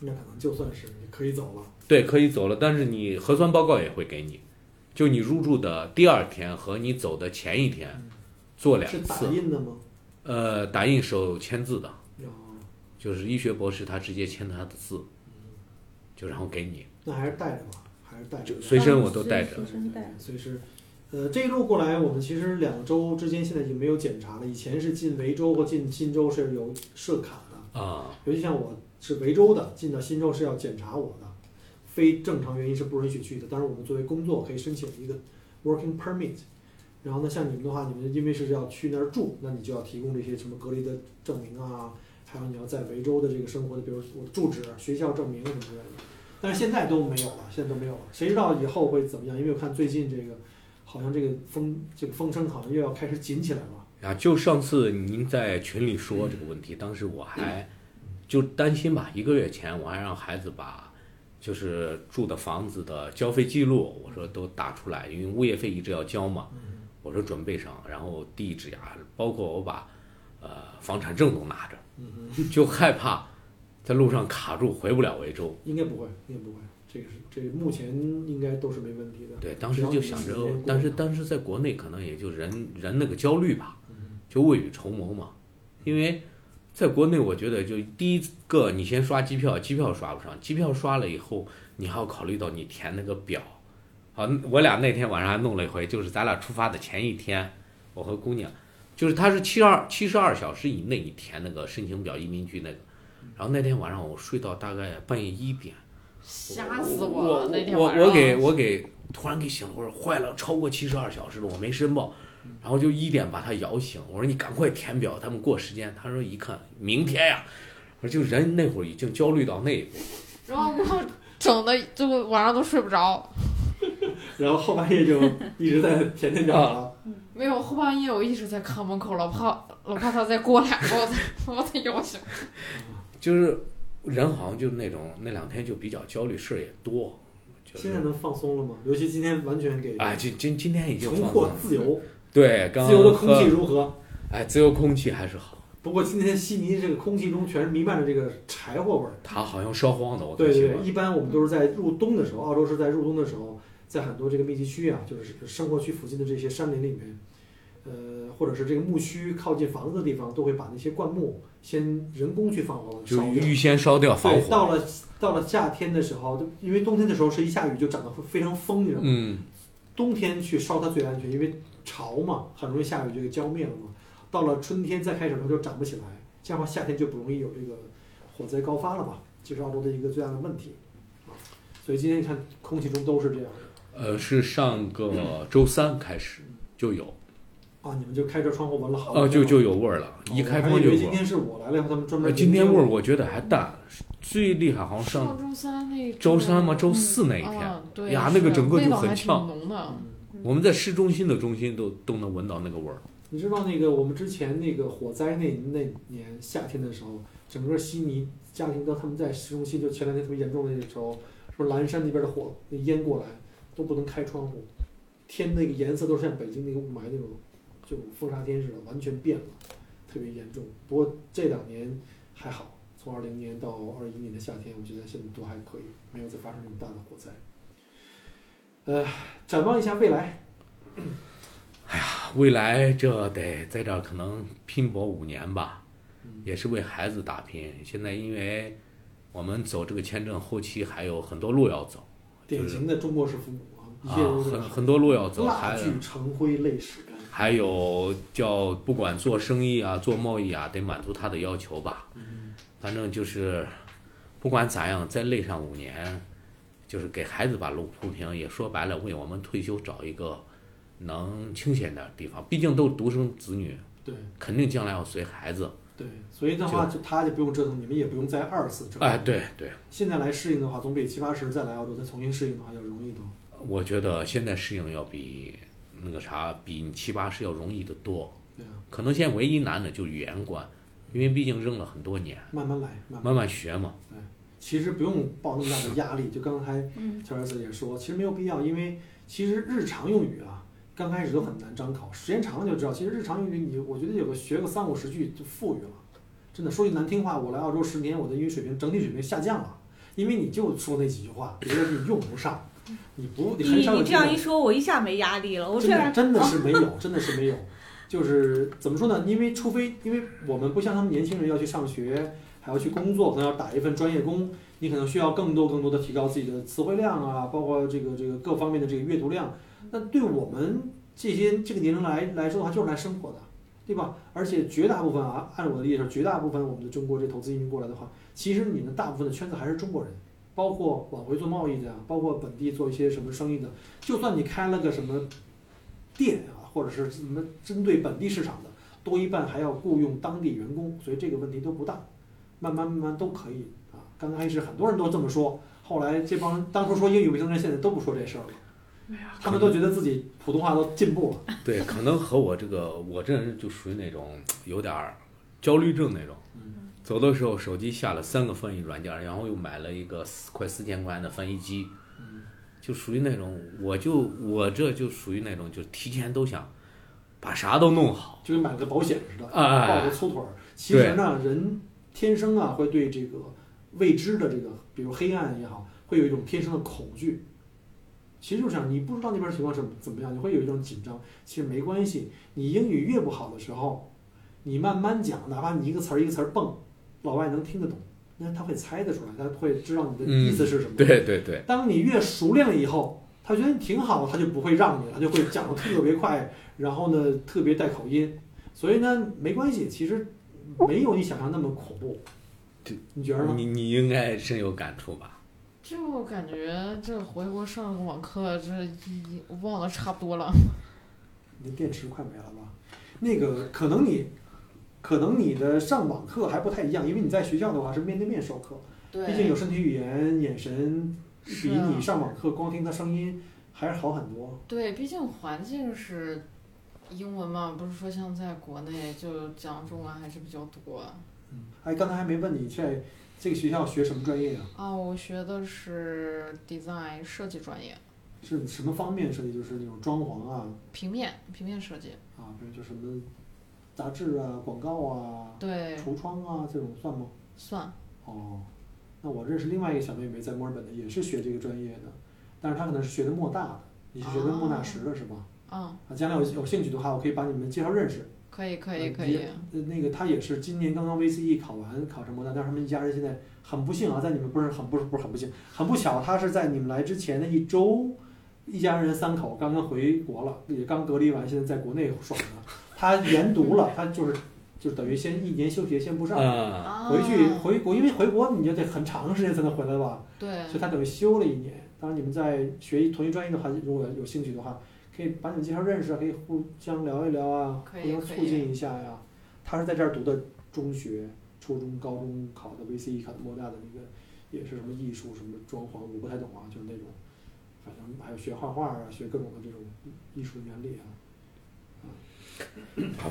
那可能就算是你可以走了。
对，可以走了，但是你核酸报告也会给你，就你入住的第二天和你走的前一天
嗯
做两
是打
次，
印的吗？
呃，打印手签字的，
然后
就是医学博士他直接签他的字，就然后给你，
嗯那还是带着吧，还是带着
就
吧。
随身我都带着。
随身带。
随时，呃，这一路过来，我们其实两州之间现在已经没有检查了。以前是进维州或进新州是有设卡的，
啊，
尤其像我是维州的，进到新州是要检查我的，非正常原因是不允许去的。但是我们作为工作可以申请一个 working permit。然后呢，像你们的话，你们因为是要去那儿住，那你就要提供这些什么隔离的证明啊，还有你要在维州的这个生活的，比如我的住址、啊学校证明什么之类的。但是现在都没有了，现在都没有了，谁知道以后会怎么样？因为我看最近这个，好像这个风这个风声好像又要开始紧起来了。
啊，就上次您在群里说这个问题，当时我还就担心吧。一个月前我还让孩子把就是住的房子的交费记录，我说都打出来，因为物业费一直要交嘛。我说准备上，然后地址呀，包括我把呃房产证都拿着，
嗯哼。
就害怕在路上卡住，回不了维州。
应该不会，应该不会。这个是这目前应该都是没问题的。
对，当时就想着，但是当时在国内可能也就人人那个焦虑吧
嗯，
就未雨绸缪嘛。因为在国内，我觉得就第一个，你先刷机票，机票刷不上，机票刷了以后，你还要考虑到你填那个表。好，我俩那天晚上还弄了一回，就是咱俩出发的前一天，我和姑娘，就是她是七二七十二小时以内你填那个申请表，移民局那个。然后那天晚上我睡到大概半夜一点。
吓死我了！那天
我
晚上
我给我给突然给醒了，我说坏了，超过七十二小时了，我没申报，然后就一点把他摇醒，我说你赶快填表，他们过时间。他说一看明天呀，我说就人那会儿已经焦虑到那一步，
然后我整的就晚上都睡不着。
然后后半夜就一直在甜啊甜表
啊
了。
没有，后半夜我一直在看门口，老怕老怕他再过来，我 再我再摇醒。
就是人好像就是那种那两天就比较焦虑，事儿也多，就
现在
是
能放松了吗？尤其今天完全给
哎，今今今天已经
重
放松
获
了，
自由，
对，刚
自由的空气
喝，
如何？
哎，自由空气还是好，
不过今天悉尼这个空气中全是弥漫着这个柴火味儿。
他好像烧荒的，我
对
看新
对
闻
对，一般我们都是在入冬的时候，澳洲是在入冬的时候，在很多这个密集区啊，就是生活区附近的这些山林里面，呃，或者是这个牧区靠近房子的地方，都会把那些灌木先人工去放火
就
烧掉。
预先烧掉呃防
对，
火，
到了到了夏天的时候，就因为冬天的时候是一下雨就长得会非常疯，你知道吗？
嗯。
冬天去烧它最安全，因为潮嘛，很容易下雨就给浇灭了嘛。到了春天再开始它就长不起来，这样的话夏天就不容易有这个火灾高发了嘛，这是澳洲的一个最大的问题啊。所以今天你看空气中都是这样的
呃，是上
嗯
个周三开始就有，
啊，你们就开着窗户闻了好久
呃，就就有味儿了，一开
我
封
哦还以
就
为
有
今
味儿。
天是我来了以后，他们专
呃，
门嗯
今天味
问
儿我觉得还淡，最厉害好像上
上周三那
周三嘛，周四那一天，
啊，对
呀
是
那个整个
味
就
道
很
还挺
呛
浓的。
我们在市中心的中心都都能闻到那个味儿。
你知道那个我们之前那个火灾那那年夏天的时候，整个悉尼家庭到他们在市中心就前两天特别严重的那个时候，说蓝山那边的火那烟过来都不能开窗户，天那个颜色都是像北京那个雾霾那种，就风沙天似的，完全变了，特别严重。不过这两年还好，从二零年到二一年的夏天，我觉得现在都还可以，没有再发生这么大的火灾。
啊
呃，展望一下未来，
未来这得在这儿可能拼搏五年吧
嗯，
也是为孩子打拼。现在因为我们走这个签证，后期还有很多路要走
典型的中国式父母啊，一
啊
切都，是
很很多路要走，
蜡
还
炬成灰泪始干。
还有叫不管做生意啊、做贸易啊，得满足他的要求吧。反正就是不管咋样，再累上五年，就是给孩子把路铺平，也说白了，为我们退休找一个能清闲点儿的地方。毕竟都是独生子女，
对
肯定将来要随孩子。
对，所以的话，就他就不用折腾，你们也不用再二次折腾。
哎，，对对，
现在来适应的话，总比七八十再来澳洲再重新适应的话要容易多。
我觉得现在适应要比那个啥，比你七八十要容易得多。
对啊，
可能现在唯一难的就是语言关，因为毕竟扔了很多年，
慢慢来，慢慢。
慢慢学嘛。
其实不用抱那么大的压力。就刚才
嗯，
乔尔斯也说，其实没有必要，因为其实日常用语啊，刚开始都很难张口，时间长了就知道。其实日常用语你，我觉得有个学个三五十句就富裕了。真的，说句难听话，我来澳洲十年，我的英语水平整体水平下降了，因为你就说那几句话，别的你用不上，你不
嗯你
很少有
你这样
机会
一说，我一下没压力了。我这
真的真
样
的是没有，真的是没有。就是怎么说呢？因为除非因为我们不像他们年轻人要去上学，还要去工作，可能要打一份专业工，你可能需要更多更多的提高自己的词汇量啊，包括这个这个各方面的这个阅读量。那对我们这些这个年龄来来说的话，就是来生活的，对吧？而且绝大部分啊，按我的理解是，绝大部分我们的中国这投资移民过来的话，其实你们大部分的圈子还是中国人，包括往回做贸易的呀，包括本地做一些什么生意的，就算你开了个什么店啊，或者是什么针对本地市场的，多一半还要雇佣当地员工，所以这个问题都不大，慢慢慢慢都可以啊。刚开始很多人都这么说，后来这帮当初说英语不行的人，现在都不说这事儿了，他们都觉得自己普通话都进步了。
对，可能和我这个我这人就属于那种有点儿焦虑症那种。
嗯
走的时候手机下了三个翻译软件，然后又买了一个四快四千块钱的翻译机，
嗯
就属于那种我就我这就属于那种就提前都想把啥都弄好。
就跟买了个保险似的，
哎
抱个粗腿儿。其实呢，人天生啊会对这个未知的这个，比如黑暗也好，会有一种天生的恐惧。其实就是这样，你不知道那边情况是怎么样，你会有一种紧张。其实没关系，你英语越不好的时候，你慢慢讲，哪怕你一个词儿一个词儿蹦，老外能听得懂，那他会猜得出来，他会知道你的意思是什么。
嗯对对对，
当你越熟练了以后，他觉得你挺好，他就不会让你了，他就会讲的特别快，然后呢特别带口音，所以呢没关系，其实没有你想象那么恐怖
对，
你觉得吗？
你你应该深有感触吧？
就感觉这回国上个网课，这一我忘了差不多了。
你的电池快没了吧？那个可能你，可能你的上网课还不太一样，因为你在学校的话是面对面授课，毕竟有身体语言、眼神，
是
比
啊
你上网课光听他声音还是好很多。
对，毕竟环境是英文嘛，不是说像在国内就讲中文还是比较多
嗯，哎，刚才还没问你在这个学校学什么专业啊？
啊。我学的是 design 设计专业，
是什么方面设计？就是那种装潢啊，
平面平面设计，
啊，比如就什么杂志啊、广告啊、
对，
橱窗啊这种算吗？
算
哦，那我认识另外一个小妹妹在墨尔本的，也是学这个专业的，但是她可能是学的莫大的，你是学的莫纳什的是吧？
啊、
啊，将来有有兴趣的话，我可以把你们介绍认识。
可以可
呃
以
你
可以，
呃那个她也是今年刚刚 VCE 考完，考上莫大，但是他们一家人现在很不幸啊，在你们不是很不是不是很不幸，很不巧，她是在你们来之前的一周，一家人三口刚刚回国了，也刚隔离完，现在在国内爽呢。她研读了，她就是就等于先一年休学，先不上，
啊，
啊，
回去回国，因为回国你就得很长时间才能回来吧。
对
所以他等于休了一年。当然，你们在学一同一专业的话，如果有兴趣的话，可以把你们介绍认识，啊，可以互相聊一聊啊，
可
互
以
相
可
促
以
进一下呀、他是在这儿读的中学、初中、高中考的 VCE，考的莫大的那个，也是什么艺术、什么装潢，我不太懂啊，就是那种，反正还有学画画啊，学各种的这种艺术原理啊。
啊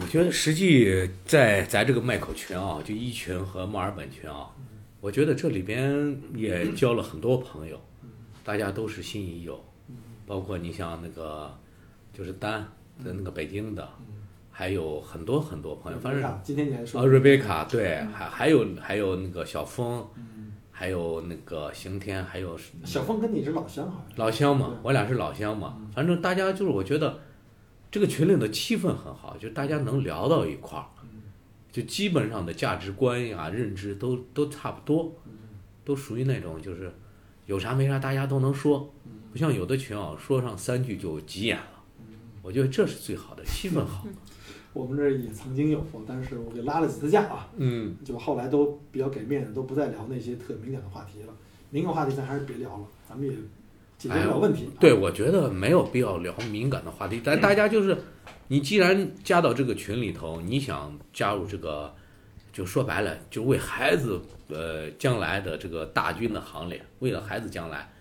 我觉得实际在咱这个麦口群啊，就一群和墨尔本群啊，我觉得这里边也交了很多朋友，大家都是心仪友，包括你像那个就是丹的那个北京的，还有很多很多朋友，反正
啊今天你还
啊，
说，
瑞贝卡，对，还还有还有那个小峰，
嗯
还有那个刑天，还有是
小凤跟你是老乡好像。
老乡嘛
对，
我俩是老乡嘛，反正大家就是我觉得这个群里的气氛很好，就大家能聊到一块儿，就基本上的价值观呀、认知都都差不多，都属于那种就是有啥没啥大家都能说，不像有的群啊说上三句就急眼了，
嗯
我觉得这是最好的，气氛好，
我们这儿也曾经有过，但是我给拉了几次架啊。
嗯，
就后来都比较给面子，都不再聊那些特敏感的话题了。敏感话题咱还是别聊了，咱们也解决不了问题。
哎
啊
对，，我觉得没有必要聊敏感的话题，但大家就是，你既然加到这个群里头，你想加入这个，就说白了，就为孩子呃将来的这个大军的行列，为了孩子将来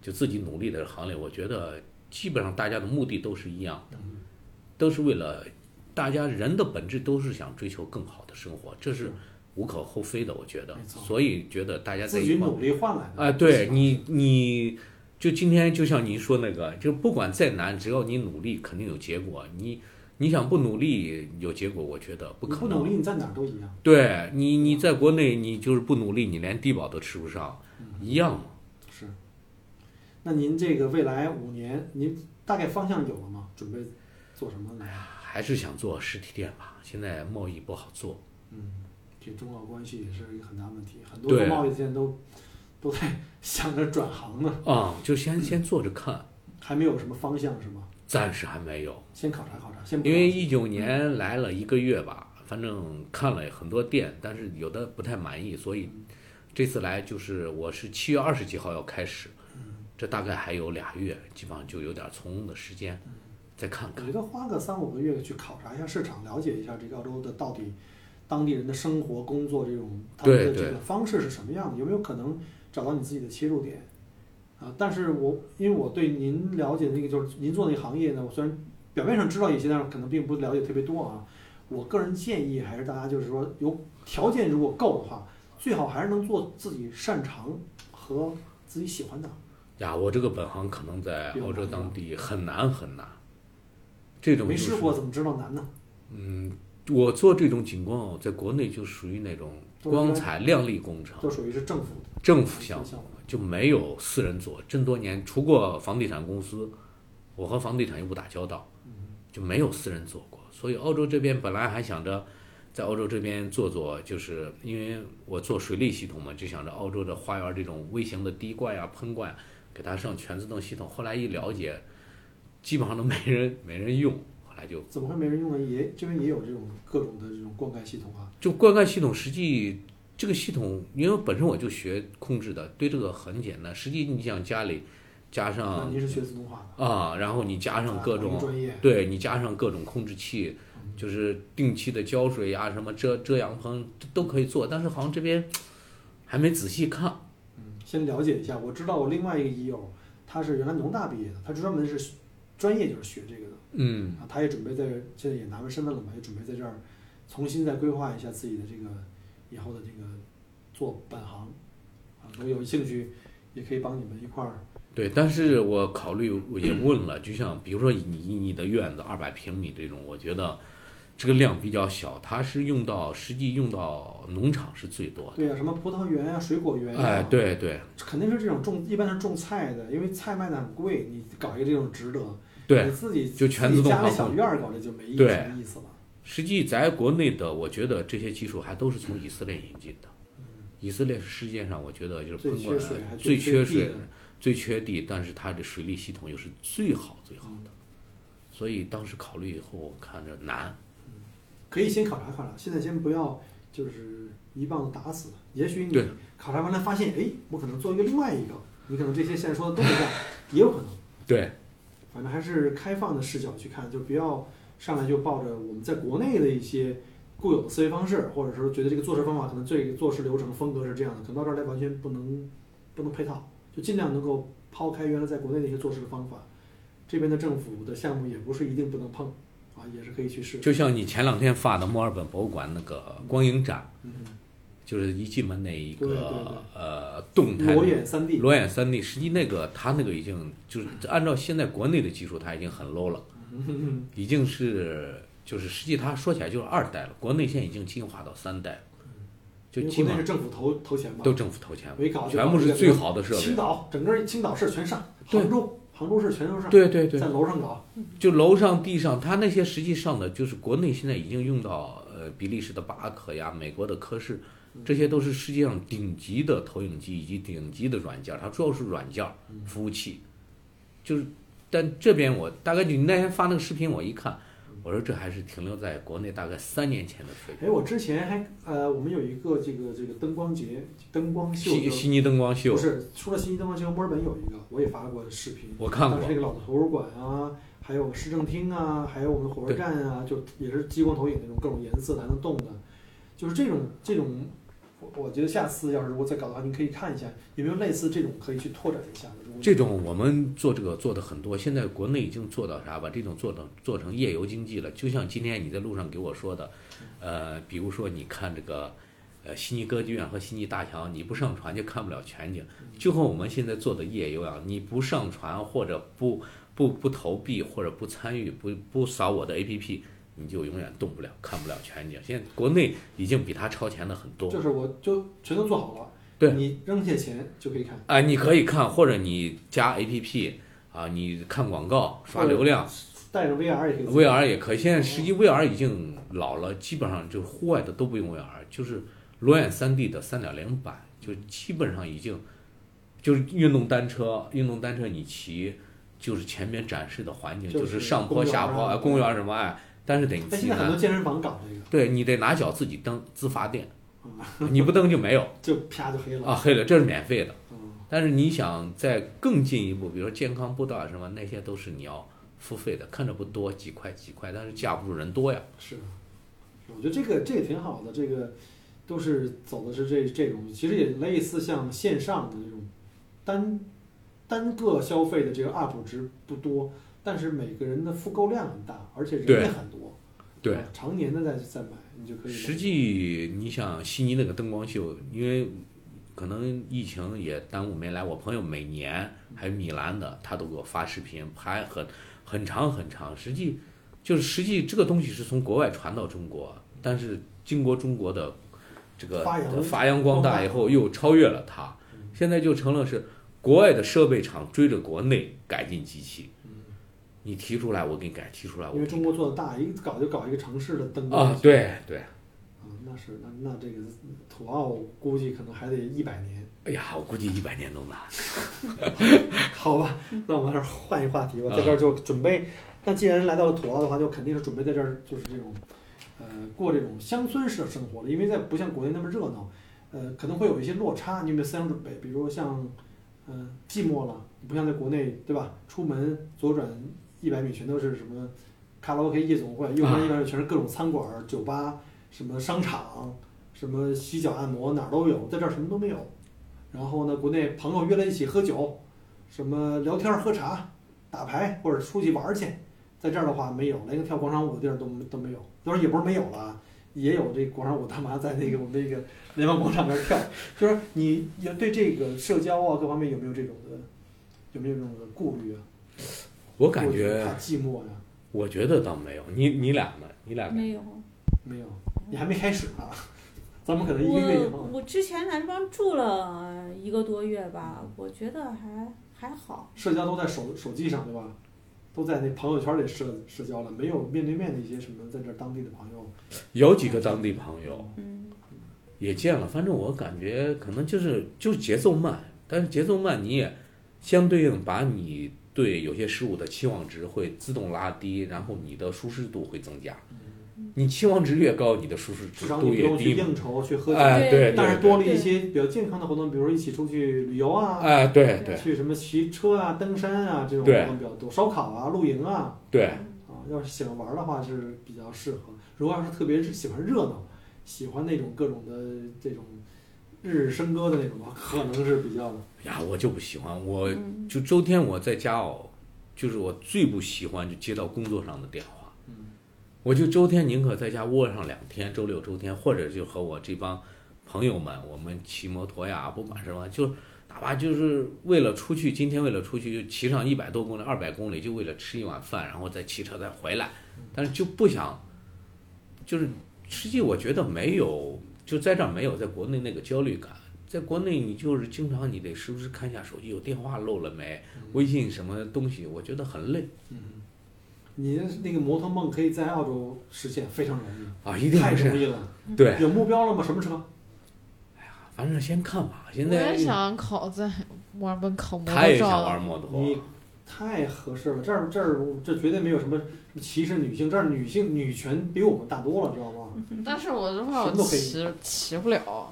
就自己努力的行列，我觉得基本上大家的目的都是一样的，
嗯
都是为了大家人的本质都是想追求更好的生活，这是无可厚非的，我觉得
没，错
所以觉得大家在
自
一
己
块
努力换来的。
啊，对你，你就今天就像您说那个，就不管再难，只要你努力，肯定有结果。你你想不努力有结果，我觉得不
你
可
不努
能。
力，你在哪儿都一样。
对你，你在国内你就是不努力，你连低保都吃不上，一样嘛。
是。那您这个未来五年，您大概方向有了吗？准备做什么呢？
还是想做实体店吧，现在贸易不好做，
嗯，这中老关系也是一个很大问题。很多做
对
贸易的现在都都在 想着转行呢，
啊、就先先坐着看，
还没有什么方向是吗？
暂时还没有。
先考察考察，先不
因为
着急
一九年来了一个月吧，反正看了很多店，但是有的不太满意，所以这次来就是我是七月二十几号要开始，这大概还有俩月，基本上就有点从容的时间，再看
我
看
觉。得花个三五个月去考察一下市场，了解一下这个澳洲的到底当地人的生活、工作这种他们的
对
这
对
个方式是什么样的，有没有可能找到你自己的切入点啊？但是我因为我对您了解的那个就是您做那个行业呢，我虽然表面上知道一些，但是可能并不了解特别多啊。我个人建议还是大家就是说，有条件如果够的话，最好还是能做自己擅长和自己喜欢的。
呀，我这个本行可能在澳洲当地很难很难，这种、
没
就是、
试过怎么知道难呢？
嗯，我做这种景观哦，在国内就属于那种
都是
光彩亮丽工程
都，属于是政府的
政府项目。
项目。
就没有私人做，这么多年除过房地产公司，我和房地产又不打交道，就没有私人做过。所以澳洲这边本来还想着在澳洲这边做做，就是因为我做水利系统嘛，就想着澳洲的花园这种微型的滴灌呀、喷灌，给它上全自动系统。后来一了解，基本上都没人没人用，后来就
怎么会没人用呢？也这边也有这种各种的这种灌溉系统啊。
就灌溉系统实际这个系统，因为本身我就学控制的，对这个很简单。实际你想家里加
那
上
您是学自动化的，
啊，然后你加上啊各
啊同一
种，
专业，
对你加上各种控制器，就是定期的浇水呀、什么遮遮阳棚这都可以做，但是好像这边还没仔细看。
嗯，先了解一下。我知道我另外一个益友，他是原来农大毕业的，他专门是学专业就是学这个的
嗯，
啊。他也准备在现在也拿完身份了嘛，也准备在这儿重新再规划一下自己的这个以后的这个做本行啊。如果有兴趣，也可以帮你们一块儿。
对，但是我考虑我也问了，就像比如说你你的院子二百平米这种，我觉得这个量比较小，它是用到实际用到农场是最多
对呀、什么葡萄园啊、水果园
的。
啊，
哦哎，对对
肯定是这种种，一般是种菜的，因为菜卖的很贵，你搞一个这种值得。
对
你，自己
就全
自己
自动
家里
防
小
控
院儿搞这就没意
对
什么意思了。
实际在国内的，我觉得这些技术还都是从以色列引进的。以色列是世界上我觉得就是
最
喷
缺
过
水还
来
最
最
缺
缺
地
水
的、
最缺地，但是它的水利系统又是最好最好的。所以当时考虑以后，我看着难。
可以先考察考察，现在先不要就是一棒子打死。也许你
对
考察完了发现，哎，我可能做一个另外一个，你可能这些现在说的都不干，也有可能。
对
反正还是开放的视角去看，就不要上来就抱着我们在国内的一些固有的思维方式，或者说觉得这个做事方法可能这个做事流程风格是这样的，可能到这儿来完全不能不能配套，就尽量能够抛开原来在国内的一些做事的方法。这边的政府的项目也不是一定不能碰啊，也是可以去试。
就像你前两天发的墨尔本博物馆那个光影展，
嗯，
就是一进门那一
对对
个
对
呃动态的
裸眼三 D，
裸眼三 D，实际那个它那个已经就是按照现在国内的技术，它已经很 low 了。
嗯
已经是就是实际它说起来就是二代了，国内现在已经进化到三代了，就
嗯因为
基
国
本
内是
上
政府投投钱吧
都，政府投钱了，
没搞就
全部是最好的设
青
备。
岛整个青岛市全上，
对
杭州杭州市全都上，
对对对
在，楼上搞，
就楼上地上，它那些实际上的就是国内现在已经用到呃比利时的巴克呀，美国的科氏，
嗯
这些都是世界上顶级的投影机以及顶级的软件儿，它主要是软件儿服务器，就是但这边我大概你那天发那个视频我一看，我说这还是停留在国内大概三年前的水平。
哎，我之前还呃，我们有一个这个这个灯光节、灯光秀
悉
就，
悉尼灯光秀
不，是除了悉尼灯光秀，墨尔本有一个，我也发过视频，
我看
当
过
时那，个老图书馆啊，还有市政厅啊，还有我们火车
对
站啊，就也是激光投影那种各种颜色还能动的，就是这种这种，我我觉得下次要是如果再搞的话，您可以看一下有没有类似这种可以去拓展一下的。如果
这种我们做这个做的很多，现在国内已经做到啥？把这种做到做成夜游经济了。就像今天你在路上给我说的，呃，比如说你看这个，呃，悉尼歌剧院和悉尼大桥，你不上船就看不了全景，就和我们现在做的夜游啊，你不上船或者不不不投币或者不参与不不扫我的 APP，你就永远动不了，看不了全景。现在国内已经比它超前了很多。
就是我就全都做好了，
对
你扔下钱就可以看，
啊，你可以看，或者你加 APP 啊，你看广告刷
嗯
流量
带着 VR 也可以做。嗯
，VR 也可以。现在实际 VR 已经老了，基本上就户外的都不用 VR，就是裸眼 3D 的3.0版，就基本上已经就是运动单车，运动单车你骑就是前面展示的环境
就
就是
是
上坡、
公园
下
啊
坡、哎公园什么哎，但是得你
哎，
自己
现在很多
拿，
健身房搞这个，
对你得拿脚自己蹬自发电
嗯，
你不蹬就没有
就啪就黑了。
啊，黑了这是免费的。
嗯，
但是你想再更进一步，比如说健康步道啊什么，那些都是你要付费的，看着不多，几块几块，但是架不住人多呀。
是，我觉得这个这也挺好的，这个都是走的是这这种，其实也类似像线上的这种单单个消费的这个 UP 值不多，但是每个人的复购量很大，而且人
对
也很多，
对
啊，常年的在在买，你就可以买
实际你想悉尼那个灯光秀，因为可能疫情也耽误没来，我朋友每年还有米兰的，他都给我发视频拍很很长很长。实际就是实际这个东西是从国外传到中国，但是经过中国的这个
发扬
发扬光大以后，又超越了它
嗯，
现在就成了是国外的设备厂追着国内改进机器。
嗯，
你提出来，我给你改；提出来，我
因
给
为
你
中
改
国做的大，一搞就搞一个城市的灯光
啊，对对，
啊，那是那那这个土澳估计可能还得一百年，
哎呀，我估计一百年都难。
好吧？那我们还是换一话题吧，在这儿就准备。那既然来到了土澳的话，就肯定是准备在这儿就是这种，呃，过这种乡村式的生活了，因为在不像国内那么热闹，呃，可能会有一些落差。你有没有思想准备？比如说像，嗯、寂寞了，你不像在国内对吧？出门左转一百米全都是什么卡拉 OK 夜总会，右转一百米全是各种餐馆、酒吧、什么商场、什么洗脚按摩，哪儿都有，在这儿什么都没有。然后呢，国内朋友约在一起喝酒，什么聊天儿、喝茶、打牌或者出去玩儿去，在这儿的话没有，连个跳广场舞的地儿都没都没有。当然也不是没有了啊，也有这广场舞大妈在那个我们那个联邦广场那儿跳。就是你有对这个社交啊各方面有没有这种的，有没有这种的顾虑啊？
我感
或者
觉
怕寂寞啊呀、
我觉得倒没有，你你俩呢？你俩
没有。
没有，你还没开始呢， 咱们可能一个月以
我
后
我之前南庄住了一个多月吧，我觉得还还好。
社交都在手手机上，对吧？都在那朋友圈里社社交了，没有面对面的一些什么在这儿当地的朋友。
有几个当地朋友
嗯，
也见了，反正我感觉可能就是就是节奏慢，但是节奏慢你也相对应把你对有些事物的期望值会自动拉低，然后你的舒适度会增加。你期望值越高，你的舒适
至少你
度
不
越
用去
低嘛。
应酬去喝酒，
哎，对，
对
但是
对
多了一些比较健康的活动，比如说一起出去旅游啊，
哎，对对
去什么骑车啊、登山啊这种
对
活动比较多，烧烤啊、露营啊
对，
啊，要是想玩的话是比较适合。如果要是特别喜欢热闹，喜欢那种各种的这种日日笙歌的那种的话，可能是比较
呀，我就不喜欢，我
嗯
就周天我在家哦，就是我最不喜欢就接到工作上的电话。
嗯
我就周天宁可在家窝上两天，周六周天，或者就和我这帮朋友们，我们骑摩托呀，不管什么，就哪怕就是为了出去，今天为了出去就骑上一百多公里、二百公里，就为了吃一碗饭，然后再骑车再回来，但是就不想，就是实际我觉得没有，就在这儿没有在国内那个焦虑感。在国内，你就是经常你得时不时看一下手机，有电话漏了没，微信什么东西，我觉得很累
嗯。你那个摩托梦可以在澳洲实现，非常容易，
啊，一定
太
不
容
是
易了。
对。
有目标了吗？什么车？
反正先看吧，现
我也
在
想考在墨尔本考摩
他也
托
想
照，
玩摩托，
你太合适了，这儿这儿这绝对没有什么什么歧视女性，这儿女性女权比我们大多了，知道吗？
但是我的话
什
我
么都可以
骑骑不了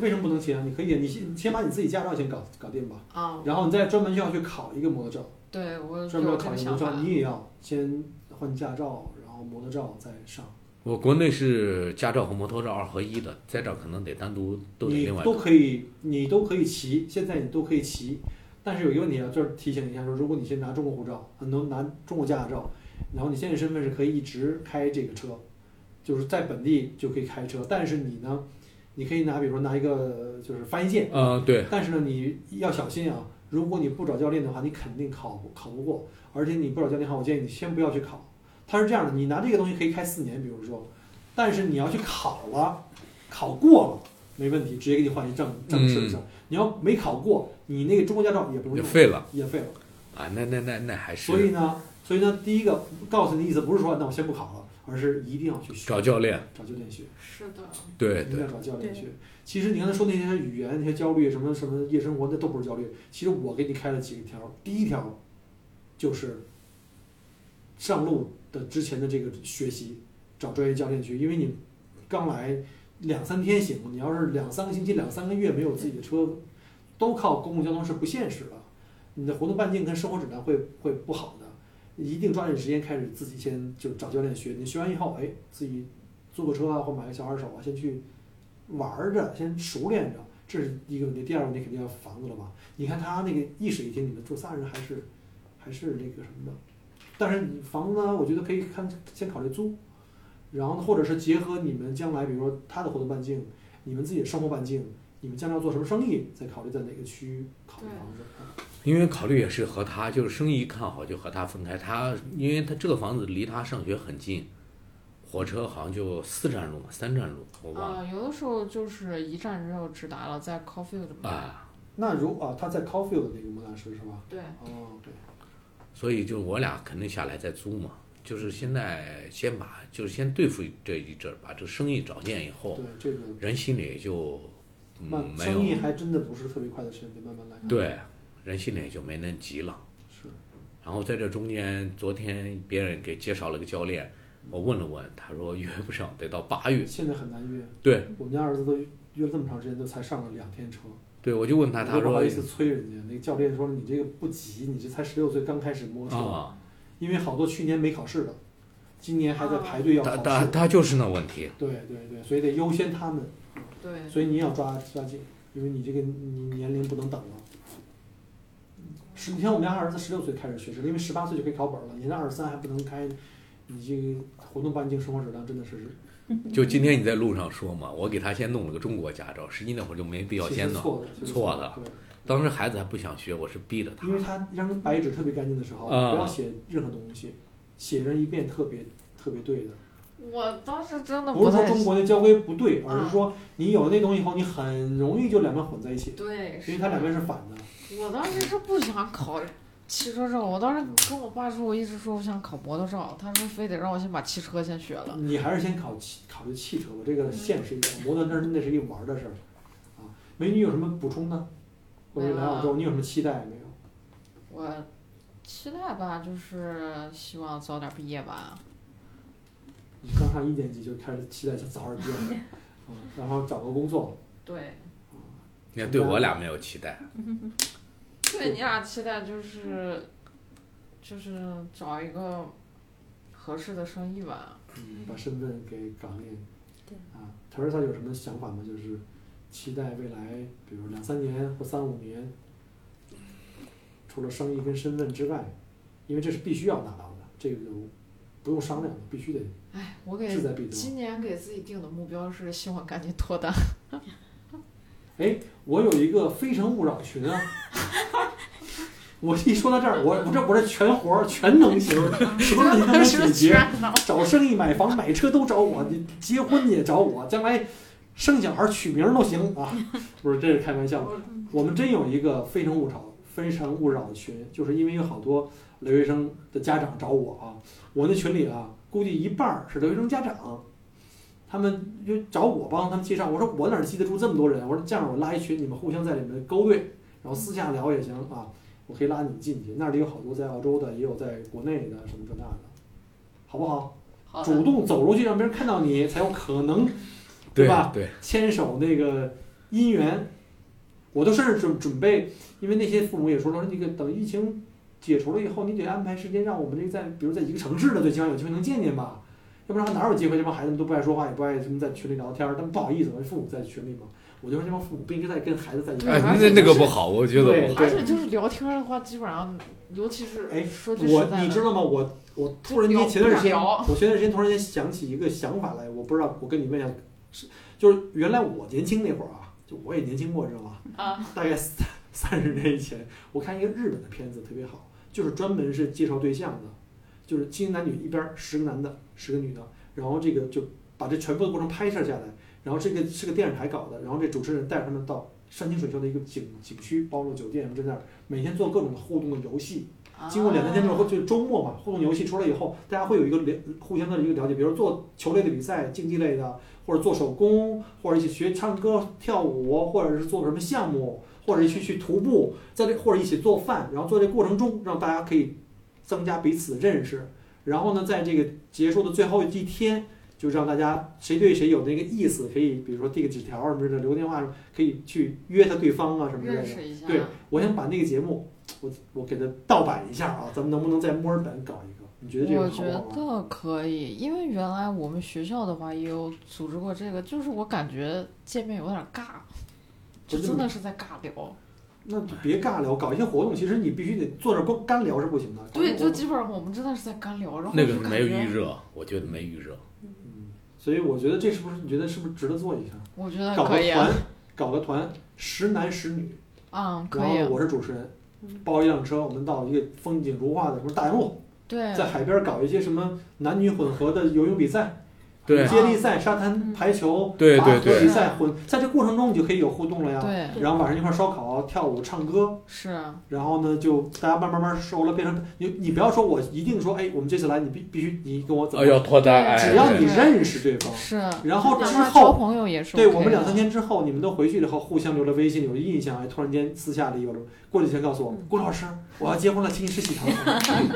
为什么不能骑啊？你可以，你先你先把你自己驾照先搞搞定吧，
啊。
然后你再专门就要去考一个摩托照，
对我嗯有这
专门
个
要考一个摩
想
托
法
照，，你也要先换驾照，然后摩托照再上，
我国内是驾照和摩托照二合一的，在这儿可能得单独都得
你
另外。
都可以，你都可以骑，现在你都可以骑，但是有一个问题啊，就是提醒一下说，如果你先拿中国护照，很多拿中国驾照，然后你现在身份是可以一直开这个车，就是在本地就可以开车，但是你呢，你可以拿，比如说拿一个就是翻译件，
呃，对，
但是呢，你要小心啊，如果你不找教练的话，你肯定考不考不过，而且你不找教练的话，我建议你先不要去考，它是这样的，你拿这个东西可以开四年，比如说，但是你要去考了，考过了。没问题，直接给你换一正正式的证。你要没考过，你那个中国驾照也不
就
用，
嗯废了
也废了。
啊，那那那那还
所
是
以呢，所以呢，第一个告诉你的意思不是说那我先不考了，而是一定要去学
找教练，
找教练学，
是的，
对
一定
对
要找教练
对
学。其实你刚才说那些语言、那些焦虑、什么什么夜生活，那都不是焦虑。其实我给你开了几个条儿，第一条就是上路的之前的这个学习，找专业教练去，因为你刚来两三天行，你要是两三个星期、两三个月没有自己的车，都靠公共交通是不现实的，你的活动半径跟生活质量会会不好的。一定抓紧时间开始自己先就找教练学，你学完以后，哎，自己租个车啊，或买个小二手啊，先去玩儿着，先熟练着，这是一个问题。第二个问题肯定要房子了吧？你看他那个一室一厅，你们住仨人还是还是那个什么的。但是你房子呢，我觉得可以看先考虑租，然后呢，或者是结合你们将来，比如说他的活动半径，你们自己的生活半径，你们将来要做什么生意，再考虑在哪个区域考虑
对
房子。嗯
因为考虑也是和他就是生意一看好就和他分开，他因为他这个房子离他上学很近，火车好像就四站路嘛，三站路我忘了
啊、有的时候就是一站之后直达了，在 Coffee 的门
啊。
那如啊，他在 Cofield 那个摩纳什是吧？
对，
哦，对。
所以就我俩肯定下来再租嘛，就是现在先把就是先对付这一阵儿，把这个生意找见以后，
对这个
人心里也就
慢
嗯没
生意
有
还真的不是特别快的事情，得慢慢来。
对，人心里也就没那急了。
是
然后在这中间，昨天别人给介绍了个教练，我问了问，他说约不上，得到八月。
现在很难约。
对
我们家儿子都约了这么长时间，都才上了两天车。
对，我就问他，
我
他
都不
说
好意思催人家，那个教练说你这个不急，你这才十六岁，刚开始摸车，
啊，
因为好多去年没考试的，今年还在排队要
他
考
他
试。
他就是那问题，
对对对，所以得优先他们，
对，
所以你也要抓抓紧，因为你这个你年龄不能等了。十，你看我们家儿子十六岁开始学车，因为十八岁就可以考本了，你那二十三还不能开，你这个活动半径生活质量真的是
就今天你在路上说嘛，我给他先弄了个中国驾照，实际那会儿就没必要
其实
先
是
弄。
错的，其实
错
是
的
对。
当时孩子还不想学，我是逼着他
因。为他让白纸特别干净的时候，
啊
不要写任何东西，写上一遍特别特别对的。
我当时真的
不是说
太
中国的交规不对，
啊
而是说你有了那东西以后，你很容易就两边混在一起，
对，
因为它两边是反的。
我当时是不想考汽车证，我当时跟我爸说，我一直说我想考摩托照，他说非得让我先把汽车先学了。
你还是先考汽考虑汽车吧，这个现实一点，摩托车那是一玩的事儿啊。美女有什么补充呢？或者来澳洲，你有什么期待没有？
我期待吧，就是希望早点毕业吧。
你刚上一年级就开始期待早点毕业了，啊，然后找个工作，
对，
你看，对我俩没有期待，
对你俩期待就是就是找一个合适的生意吧。
嗯，把身份给搞定。
对
啊，他说他有什么想法吗？就是期待未来，比如两三年或三五年，除了生意跟身份之外，因为这是必须要达到的，这个就不用商量了，必须得
哎，我
志
给
在必得。
今年给自己定的目标是希望赶紧脱单。
我有一个《非诚勿扰》群啊， 我一说到这儿，我我这我这全活儿全能型，什么问题都能解决。
呢？
找生意、买房、买车都找我，你结婚你也找我，将来生小孩取名都行啊！ 不是，这是开玩笑的。我们真有一个非诚勿扰、非诚勿扰的群，就是因为有好多留学生的家长找我啊，我那群里啊，估计一半儿是留学生家长，他们就找我帮他们介绍。我说我哪记得住这么多人？我说这样我拉一群，你们互相在里面勾兑，然后私下聊也行啊。我可以拉你们进去，那里有好多在澳洲的，也有在国内的，什么这那的，好不好？
好
主
的，
动走出去，让别人看到你，才有可能
对
吧？嗯
对，
牵手那个姻缘。我都甚至准准备，因为那些父母也说了，那个等疫情解除了以后，你得安排时间让我们这个在，比如在一个城市的，最起码有机会能见见吧，要不然哪有机会？这帮孩子们都不爱说话，也不爱什么在群里聊天儿，他们不好意思嘛，父母在群里嘛，我就说这帮父母不应该再跟孩子在一块
哎
儿。
对而，
那
且
那个
就是
不好，我觉得不好。
而且就是聊天的话，基本上，尤其是
哎
说句实
我
在
你知
的，
道吗？我我突然间前段时间，
聊不了
我前段时间突然间想起一个想法来，我不知道，我跟你问一下，是就是原来我年轻那会儿啊，就我也年轻过，知道吗？
啊，
大概三三十年以前，我看一个日本的片子特别好，就是专门是介绍对象的，就是青男女一边儿十个男的，十个女的，然后这个就把这全部的过程拍摄下来，然后这个是个电视台搞的，然后这主持人带着他们到山清水秀的一个景景区，包括酒店什么在那儿，每天做各种的互动的游戏，
啊
经过两三天之后，就周末嘛，互动游戏出来以后，大家会有一个了互相的一个了解，比如做球类的比赛、竞技类的，或者做手工，或者一起学唱歌、跳舞，或者是做什么项目，或者一起去徒步，在这或者一起做饭，然后做这过程中，让大家可以增加彼此的认识。然后呢，在这个结束的最后一天，就让大家谁对谁有那个意思，可以比如说递个纸条什么的，留电话，可以去约他对方啊什么之类
认
的。
识一下，
对，我想把那个节目，我我给它盗版一下啊，咱们能不能在墨尔本搞一个？你觉得这
我
个
觉
好啊不好玩？
得可以，因为原来我们学校的话也有组织过这个，就是我感觉界面有点尬，就
不是
真的是在尬
哦
聊。
那就别尬聊，搞一些活动，其实你必须得坐这儿光干聊是不行的。搞一些
对，
活
就
动
基本上我们真的是在干聊，然后
那
我
个
就感
没有
觉
预热，我觉得没预热。
嗯，所以我觉得这是不是你觉得是不是值得做一下？
我觉得
搞
可
个
以
团
啊，，
搞个团，十男十女，
嗯，可
然
以
后，我是主持人
嗯，
包一辆车，我们到一个风景如画的什么大洋路，
对，
在海边搞一些什么男女混合的游泳比赛、
对
接力赛、沙
嗯
滩排球、
对
拔河
对对
比赛混，在这过程中你就可以有互动了呀。哦
对，
然后晚上一块儿烧烤、跳舞、唱歌，
是，
然后呢，就大家慢慢慢慢熟了，变成你你不要说我一定说，哎，我们这次来你必必须你跟我走，
哦，要脱单，哎
嗯只要你
对
认识对方，
是，
然后
哪
之
怕
后，
交朋友也是 OK
对
的，
我们两三天之后，你们都回去了以后，互相留了微信，有印象，哎，突然间私下里有了，过几天告诉
嗯
我，郭老师，我要结婚了， 请你吃喜糖，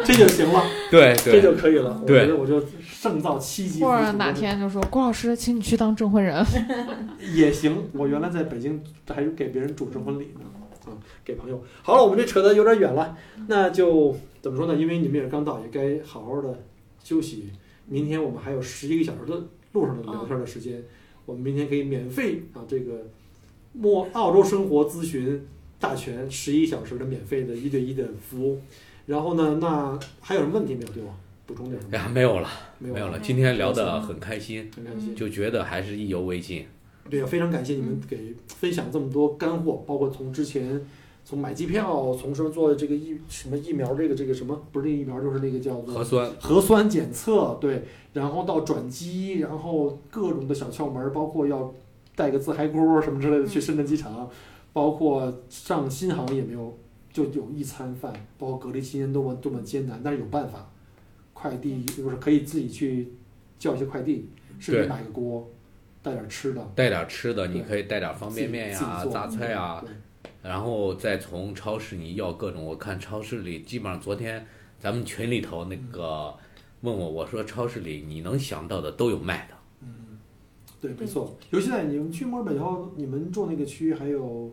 这就行了，
对
这
对
就可以了。
我
对
觉得我就胜造七级，
或者哪天就说郭老师，请你去当证婚人，
也行。我原来在北京还给别人主持婚礼呢，啊，给朋友。好了，我们这扯得有点远了，那就怎么说呢？因为你们也刚到，也该好好的休息。明天我们还有十一个小时的路上的聊天的时
哦
间，我们明天可以免费啊，这个墨澳洲生活咨询大全十一小时的免费的一对一的服务。然后呢，那还有什么问题没有？对我补充点什
哎
么？
呀，没有了，
没有
没有
了，
了。今天聊得很开心，
很感谢。
就觉得还是意犹未尽。
对呀，非常感谢你们给分享这么多干货，包括从之前从买机票，从什么做这个疫什么疫苗，这个这个什么不是那个疫苗，就是那个叫
核
做
酸，
核酸检测，对，然后到转机，然后各种的小窍门儿，包括要带个自嗨锅什么之类的去深圳机场，包括上新航也没有就有一餐饭，包括隔离期间多么多么艰难，但是有办法，快递就是可以自己去叫一些快递，甚至
对
买个锅，带点吃的。
带点吃的，
对
你可以带点方便面
自己自
呀
己、做嗯
榨菜呀
对，
然后再从超市你要各种。我看超市里基本上昨天咱们群里头那
嗯
个问我，我说超市里你能想到的都有卖的。
嗯，对，没错。尤其在你们去墨尔本以后，你们住那个区，还有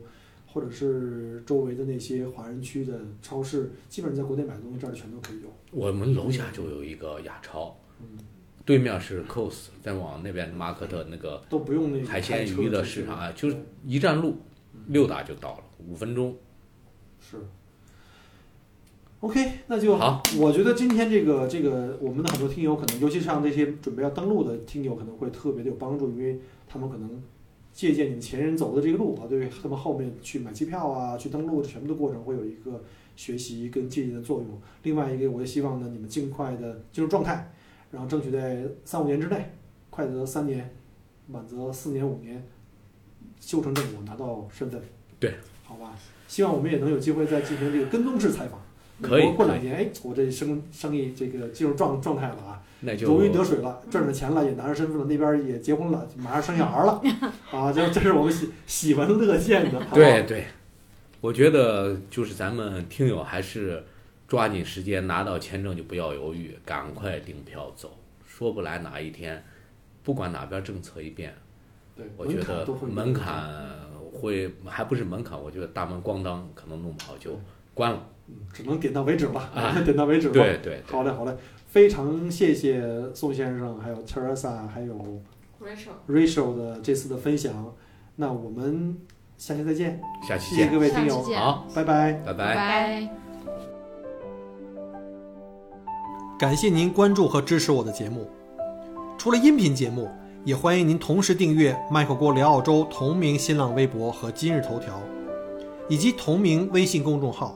或者是周围的那些华人区的超市，基本上在国内买东西，这儿全都可以有。
我们楼下就有一个亚超，
嗯，
对面是 COS，再往那边马可特那个
都不用那个
海
开
鲜
车嗯
鱼的
去
市场啊，
对
就是一站路，溜达就到了，五分钟。
是。OK，那就
好。
我觉得今天这个这个，我们的很多听友可能，尤其像这些准备要登录的听友，可能会特别的有帮助，因为他们可能借鉴你们前人走的这个路啊，对于他们后面去买机票啊、去登录的全部的过程，会有一个学习跟借鉴的作用。另外一个，我也希望呢，你们尽快的进入状态，然后争取在三五年之内，快则三年，晚则四年五年，修成正果，拿到身份。
对，
好吧，希望我们也能有机会再进行这个跟踪式采访。
可以
过过两年，哎，我这生生意这个进入状状态了啊，
那就
如鱼得水了，赚着钱了，也拿着身份了，那边也结婚了，马上生小孩 了，啊，这这是我们喜喜闻乐见的。好吧
对，对，我觉得就是咱们听友还是抓紧时间拿到签证就不要犹豫，赶快订票走。说不来哪一天，不管哪边政策一变，
对，
我觉
门槛
得
都会有
门槛会还不是门槛，我觉得大门咣当可能弄不好就关了。
嗯只能点到为止吧，
啊
点到为止吧。
对对对，
好嘞，好嘞，非常谢谢宋先生，还有 Teresa，还有 Rachel 的这次的分享。那我们下期再见，
下期
谢谢
见，
各位
下
听
期
友，
见
好，
拜拜。
拜
拜
拜。
拜。
感谢您关注和支持我的节目。除了音频节目，也欢迎您同时订阅“麦克锅聊澳洲”同名新浪微博和今日头条，以及同名微信公众号，